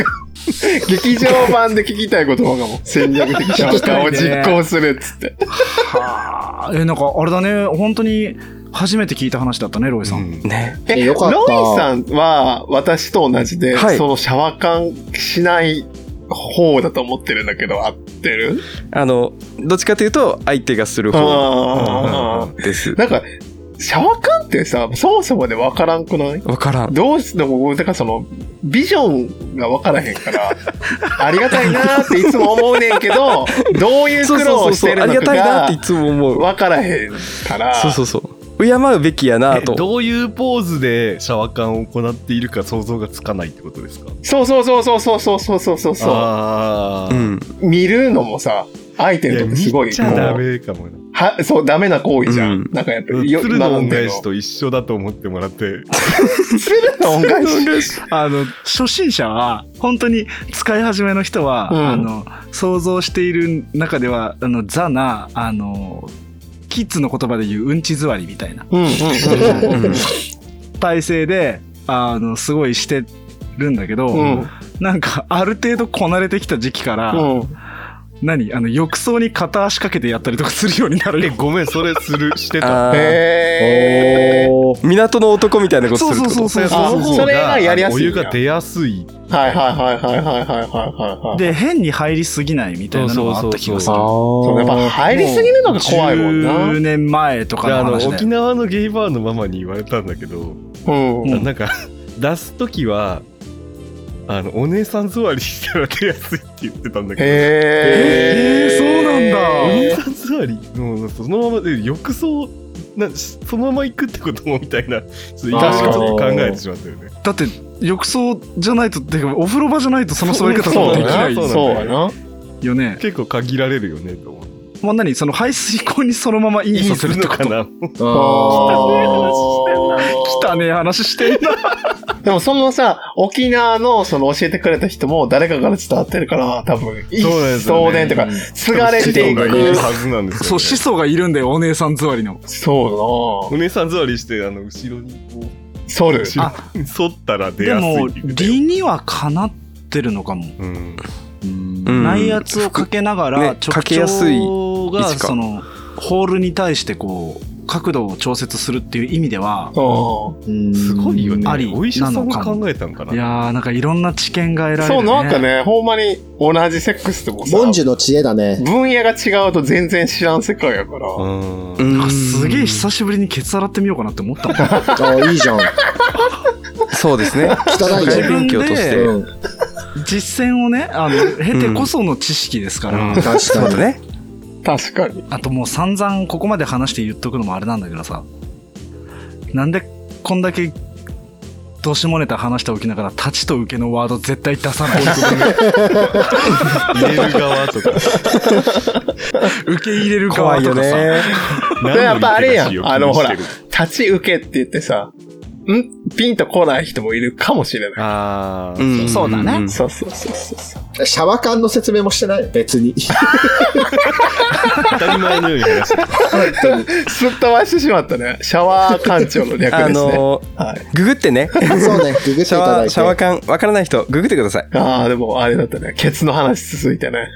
B: 劇場版で聞きたい言葉かも。戦略的消化を実行するっつって。
C: はあ。え、なんかあれだね、本当に初めて聞いた話だったね、ロイさん。
D: うん
F: ね
E: えよかった
B: ロイさんは私と同じで、
F: はい
B: そのシャワ感しない方だと思ってるんだけど、合ってる
F: あのどっちかというと相手がする方
B: あー
F: です
B: なんか、シャワ感ってさ、そもそもで分からんくない
F: わからん
B: どうしても、だからその、ビジョンが分からへん から、ありがたいなーっていつも思うねんけど、どういう
F: そう
B: 苦
F: そう
B: 労
F: そ
B: を
F: う
B: し
F: そう
B: て
F: あ
B: る
F: りが
B: の
F: た
B: か
F: いなっ
B: が
F: ていつも思う
B: 分からへんから、
F: そうそうそう敬うべきやな
D: え
F: と
D: どういうポーズでシャワー感を行っているか想像がつかないってことですか
B: そうそうそうそうそうそうそうそうそう
D: あ
F: う
D: ー
F: ん
B: 見るのもさ、相手にとってすごい、
D: や見
B: こ
D: ちゃダ
B: う、
D: メかもな
B: は、そう、ダメな行為じゃん。
F: うん
B: なんかやっぱり、
D: 鶴の恩返し
B: と。
D: と一緒だと思ってもらって
B: 鶴の恩返し。
C: あの、初心者は、本当に使い始めの人は、
B: うん
C: あの、想像している中では、あの、ザな、あの、キッズの言葉で言ううんち座りみたいな
B: うんうん
F: うん
C: 体勢で、あの、すごいしてるんだけど、
B: うん。
C: なんか、ある程度こなれてきた時期から、
B: うん。うん。
C: 何あの、浴槽に片足かけてやったりとかするようになる
D: え
C: よ。
D: ごめんそれす るしてた
F: あー
B: へー。
E: おー
F: 港の男みたいなことするってこと
C: そうそうそう
B: あ
D: の方
B: それがやりやすいん
D: あ
B: や
D: のお湯が出やすい
B: はいはいはいはいはいはいはいはい。
C: で、変に入りすぎないみたいなのがあった気がす
D: そ
C: る
D: う。
B: そうやっぱ入りすぎるのが怖いもんな。
C: 10年前とか
D: で
C: の
D: あの
C: 話
D: 沖
C: で。
D: 縄のゲイバーのママに言われたんだけど
B: うん。
C: うん
D: なんか出す時はあのお姉さん座りしたら出やすいって言ってたんだ
B: へ
D: け
B: え。
C: へーそうなんだ
D: どお
B: へ
D: 姉
B: ー
D: さん座りのそのままで浴槽なそのまま行くってこともみたいなちょっと意外なことを考えてしまったよね
C: だって、
G: 浴槽じゃないとっていうかお風呂場じゃないとその座り方
B: そう
G: できな
B: だ
G: い
B: な。
D: そう
B: そうだな。
G: よね
D: 結構限られるよねと思う
G: もう何その排水口にそのままイン
D: い
G: さ
D: い
G: せ
D: す
G: るっ
D: る
G: て
D: の
G: こ
D: か
G: と
D: な
G: 汚ねえ話してんな
B: でもそのさ、沖縄のその教えてくれた人も誰かから伝わってるから、多分、一
D: そうです
B: 送
D: よね
B: 伝とか、継がれて
D: 人
B: い
D: がいる
B: く。
D: はずなんですよ、ね、
G: そう子孫がいるんだよお姉さん座りの
B: そう
D: お姉さん座りしてあの後ろにこ
B: だな。ソル
D: う。後ろに反ったら出
C: で
D: やすい
C: も
D: っていう
C: 理にはかなってるのかも、
D: う
F: う
D: ん
F: ん
C: 内圧をかけながら、
F: ね
C: 直
F: かけやすい位
C: 腸が
F: 置か
C: そのホールに対してこう角度を調節するっていう意味では
B: うん。
D: すごいよね
C: あり
D: お医者さん
C: な
D: が
C: のかも
D: 考えたのかない
G: やーなんかいろんな知見が得られる、ね、
B: そう、なんかね、ほんまに同じセックスでもさ、
E: 文殊の知恵だね。
B: 分野が違うと全然知らん世界やから。
D: うん
F: う
G: なん
F: ん
G: かすげえ久しぶりにケツ洗ってみようかなって思ったもん
E: あいいじゃん。
F: そうですね
E: 汚い
F: 社
E: ね
F: 会勉強として
E: うん。
C: 実践をねあの経てこその知識ですか
D: う
C: ら、
D: ん
E: 確
F: そう
E: か
F: だ
E: に。
F: ね
B: 確かに。
C: あともう散々ここまで話して言っとくのもあれなんだけどさなんでこんだけどしもネタ話しておきながら「立ち」と「受け」のワード絶対出さない
D: 入れる側とか
C: 受け入れる
F: 怖
C: 側
F: い
C: と
F: よ
C: かさ、
F: ね
B: やっぱあれやんあのほら
D: あ
B: 立ち受けって言ってさ、んピンと来ない人もいるかもしれない。
D: あー
F: ん
C: そうだね
B: そうそうそうそう。
E: シャワカンの説明もしてないよ別に。
D: 当たり前のように話してる
B: すっ飛ばしてしまったね。シャワー館長の略ですね。
F: あの
B: はい。
F: ググってね
E: そうね、ググってい
F: シャ
E: ただ
F: ワ
E: い
F: ー
E: て。
F: シャワー感わからない人ググってください
B: ああ、でもあれだったね。ケツの話続いてね。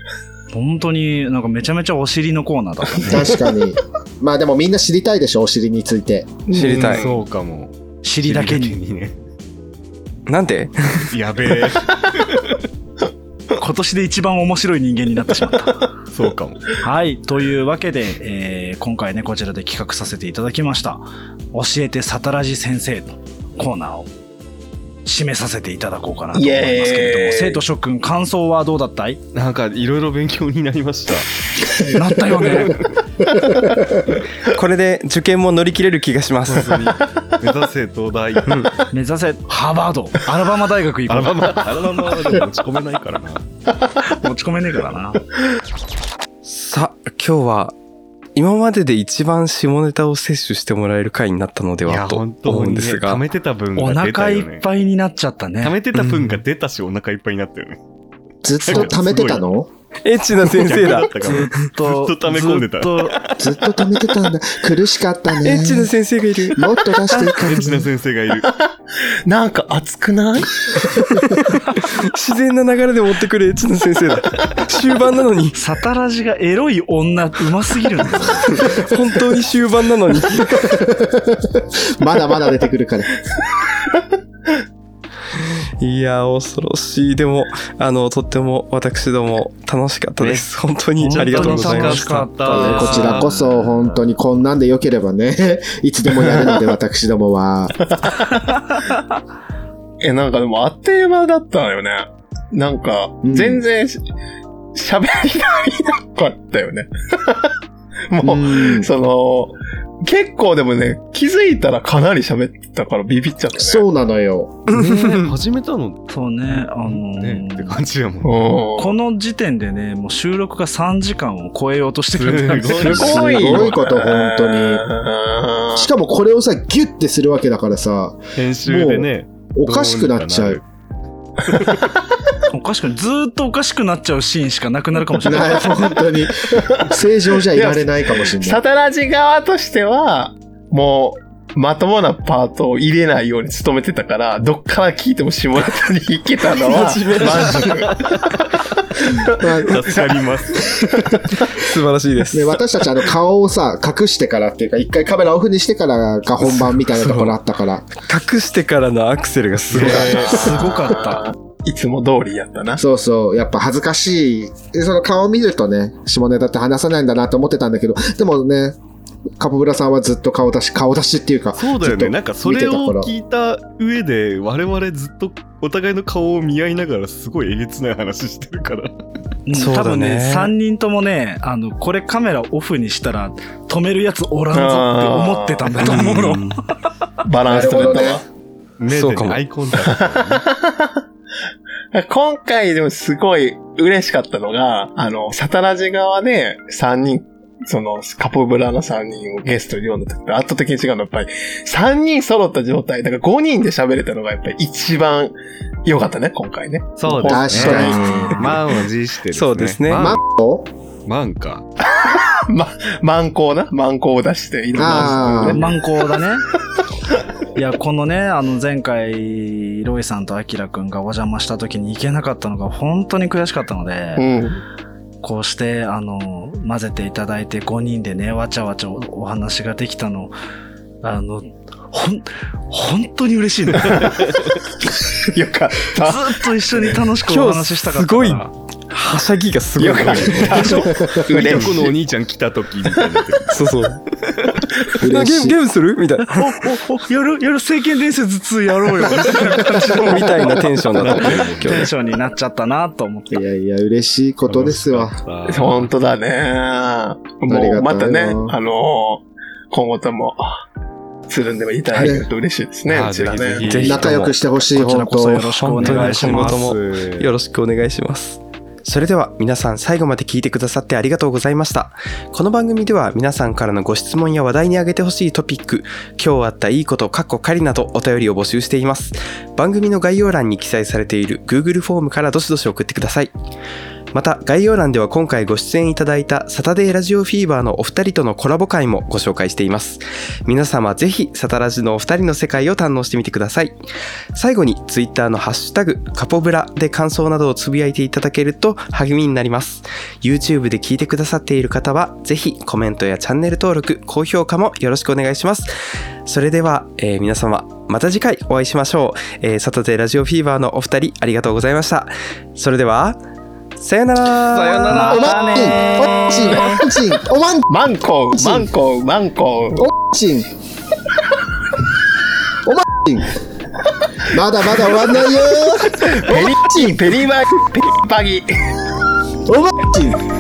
C: 本当になんかめちゃめちゃお尻のコーナーだったね
E: 確かに。まあでもみんな知りたいでしょ、お尻について。
F: 知りたい
D: そうかも
C: 尻だけに
D: ね
F: なんで
D: やべえ
C: 今年で一番面白い人間になってしまった
D: そうかも
C: はい。というわけで、えー今回ね、こちらで企画させていただきました。教えてサタラジ先生のコーナーを締めさせていただこうかなと思いますけ
B: イエ
C: れど
B: ーイ
C: も、生徒諸君、感想はどうだったい
D: なんかいろいろ勉強になりました
C: なったよね。
F: これで受験も乗り切れる気がします
D: 本当に目指せ東大ア
C: 目指せ、ハーバード、アラバマ大学行こ
D: ルバムアルバムはでも持ち込めないからな
C: う。持ち込めねえからな。
F: さあ今日は今までで一番下ネタを摂取してもらえる回になったので
D: い
F: は
D: や
F: と
D: 本
F: 思
D: 当
F: うん
D: に
F: で
D: ね
F: すが、
D: 溜めてた分
C: お
D: が出
C: 腹
D: た
C: い
D: よ
C: っ
D: ね
C: ぱいになっちゃった
D: 溜
C: ね。
D: めてた分が出たしお腹いっぱいになったよね
E: ずっと溜めてたの
F: エッチな先生 だ
D: 逆ったかも
C: ずっと
D: ずっと溜め込んでた
C: ずっと
E: ずっと溜めてたんだ。苦しかった
F: エ
E: ね
F: ッ。チな先生がいる
E: もっと出していいか
D: エッチな
E: っ
D: 先生がいる
B: なんか熱くない
F: 自然な流れで持ってくるエッチな先生だ終盤なのに
C: サタラジがエロい女、うますぎるんだよ。
F: 本当に終盤なのに
E: たまだまだ出てくるから。
F: いや恐ろしいでもあのとっても私ども楽しかったです本当にありがとうございまし
C: 本
F: た
C: 当に楽しかった
E: こちらこそ本当にこんなんで良ければね、いつでもやるので私どもは。
B: え、なんかでもあっという間だったのよね。なんか、
E: うん
B: 全然し喋、りなかったよね。 もう、
E: うん
B: その、結構でもね、気づいたらかなり喋ってたからビビっちゃったね。
E: そうなのよ。
D: ね始めたの
C: そうね、あのー
D: ねって感じやもん
B: うん。
C: この時点でね、もう収録が3時間を超えようとしてるんだよね
D: すごい
E: すごいこと本当に
B: うん
E: しかもこれをさ、ギュッてするわけだからさ、
D: 編集でね
E: おかしくなっちゃう。
C: おかしくなずーっとおかしくなっちゃうシーンしかなくなるかもしれない。
E: ない本当に。正常じゃいられないかもしれない。
B: サタラジ側としては、もう、まともなパートを入れないように努めてたから、どっから聞いても下ネタに行けたのは、満足。
E: まあ
D: 助かります
F: 素晴らしいです
E: ね、私たちあの顔をさ、隠してからっていうか、一回カメラオフにしてからが本番みたいなところあったから、
F: 隠してからのアクセルがすごい
C: すごか
B: いつも通りやったな。
E: そうそう、やっぱ恥ずかしい。でその顔を見るとね、下ネタって話さないんだなと思ってたんだけど、でもね、カポブラさんはずっと顔出し、顔出しっていうか、
D: そうだよ
E: ずっ
D: ね
E: と
D: なんかそれを聞いた上で我々ずっとお互いの顔を見合いながらすごいえげつない話してるから
C: った。
F: そうだね
C: 多分ね、3人ともね、あの、これカメラオフにしたら止めるやつおらんぞって思ってたんだと思うの。
B: バランス取れたわ。
D: 目
A: そう
D: で
A: かも
D: アイコンタクトだね。
B: 今回でもすごい嬉しかったのが、あの、サタラジ側で3人、その、カポブラの3人をゲストに呼んだ時と圧倒的に違うのはやっぱり、3人揃った状態、だから5人で喋れたのがやっぱり一番良かったね、今回ね。
D: そう
E: 確
D: ですね。
E: か
D: 満を持してですね。
A: そうですね
D: 満
E: お
D: 満か。
B: 満行な満行を出して、いろんな
E: あー
C: 満行だね。いや、このね、あの前回、ロイさんとアキラくんがお邪魔した時に行けなかったのが本当に悔しかったので、
B: うん。
C: こうして、あの、混ぜていただいて5人でね、わちゃわちゃおお話ができたの、あの、ほん、本当に嬉 しいね。ず
B: よかった。
C: っと一緒に楽しくお
A: 今
C: 話
A: 日
C: しした
A: す
C: かったから。
A: ごいはしゃぎがすごい
B: よかった。
D: いとこのお兄ちゃん来た時みたいな。
A: そう そうあゲ
E: 嬉
A: ーム
E: しい
A: ゲ。ームするみたいな
C: お、お、 お、やる、やる、聖剣伝説2や ろうよ。
A: みたいなテンションだったね今
C: テン
A: 日
C: ションになっちゃったなと思って。
E: いやいや、嬉しいことですよ。
B: 本当だね。
E: あり
B: もう、
E: がとうよ
B: またね、あの今後とも、つるんでもいただけると嬉しいですね、
D: はいう
B: ちら
D: あーぜひ
B: ね。
A: ぜひとも
E: 仲良くしてほしい、
C: こちら
E: 本
C: こそ
E: 当
C: よろしくお願いし
A: 本
C: ま
A: 当
C: す
A: に。もよろしくお願いします。それでは皆さん最後まで聞いてくださってありがとうございました。この番組では皆さんからのご質問や話題に挙げてほしいトピック、今日あったいいこと、かっこかりなどお便りを募集しています。番組の概要欄に記載されている Google フォームからどしどし送ってください。また概要欄では今回ご出演いただいたサタデーラジオフィーバーのお二人とのコラボ会もご紹介しています。皆様ぜひサタラジのお二人の世界を堪能してみてください。最後にツイッターのハッシュタグカポブラで感想などをつぶやいていただけると励みになります。YouTube で聞いてくださっている方はぜひコメントやチャンネル登録、高評価もよろしくお願いします。それでは、えー皆様また次回お会いしましょう、えーサタデーラジオフィーバーのお二人ありがとうございました。それでは、さよなら
D: さよなら
E: おまんちん、おっちん、おっちん、おまん
B: マンコウ、マンコウ、マンコウ。
E: ちん。おまんちん。まだまだ終わんないよ
B: ペリッチン、ペリバギ、ペリバギ。
E: ー。おまんちん。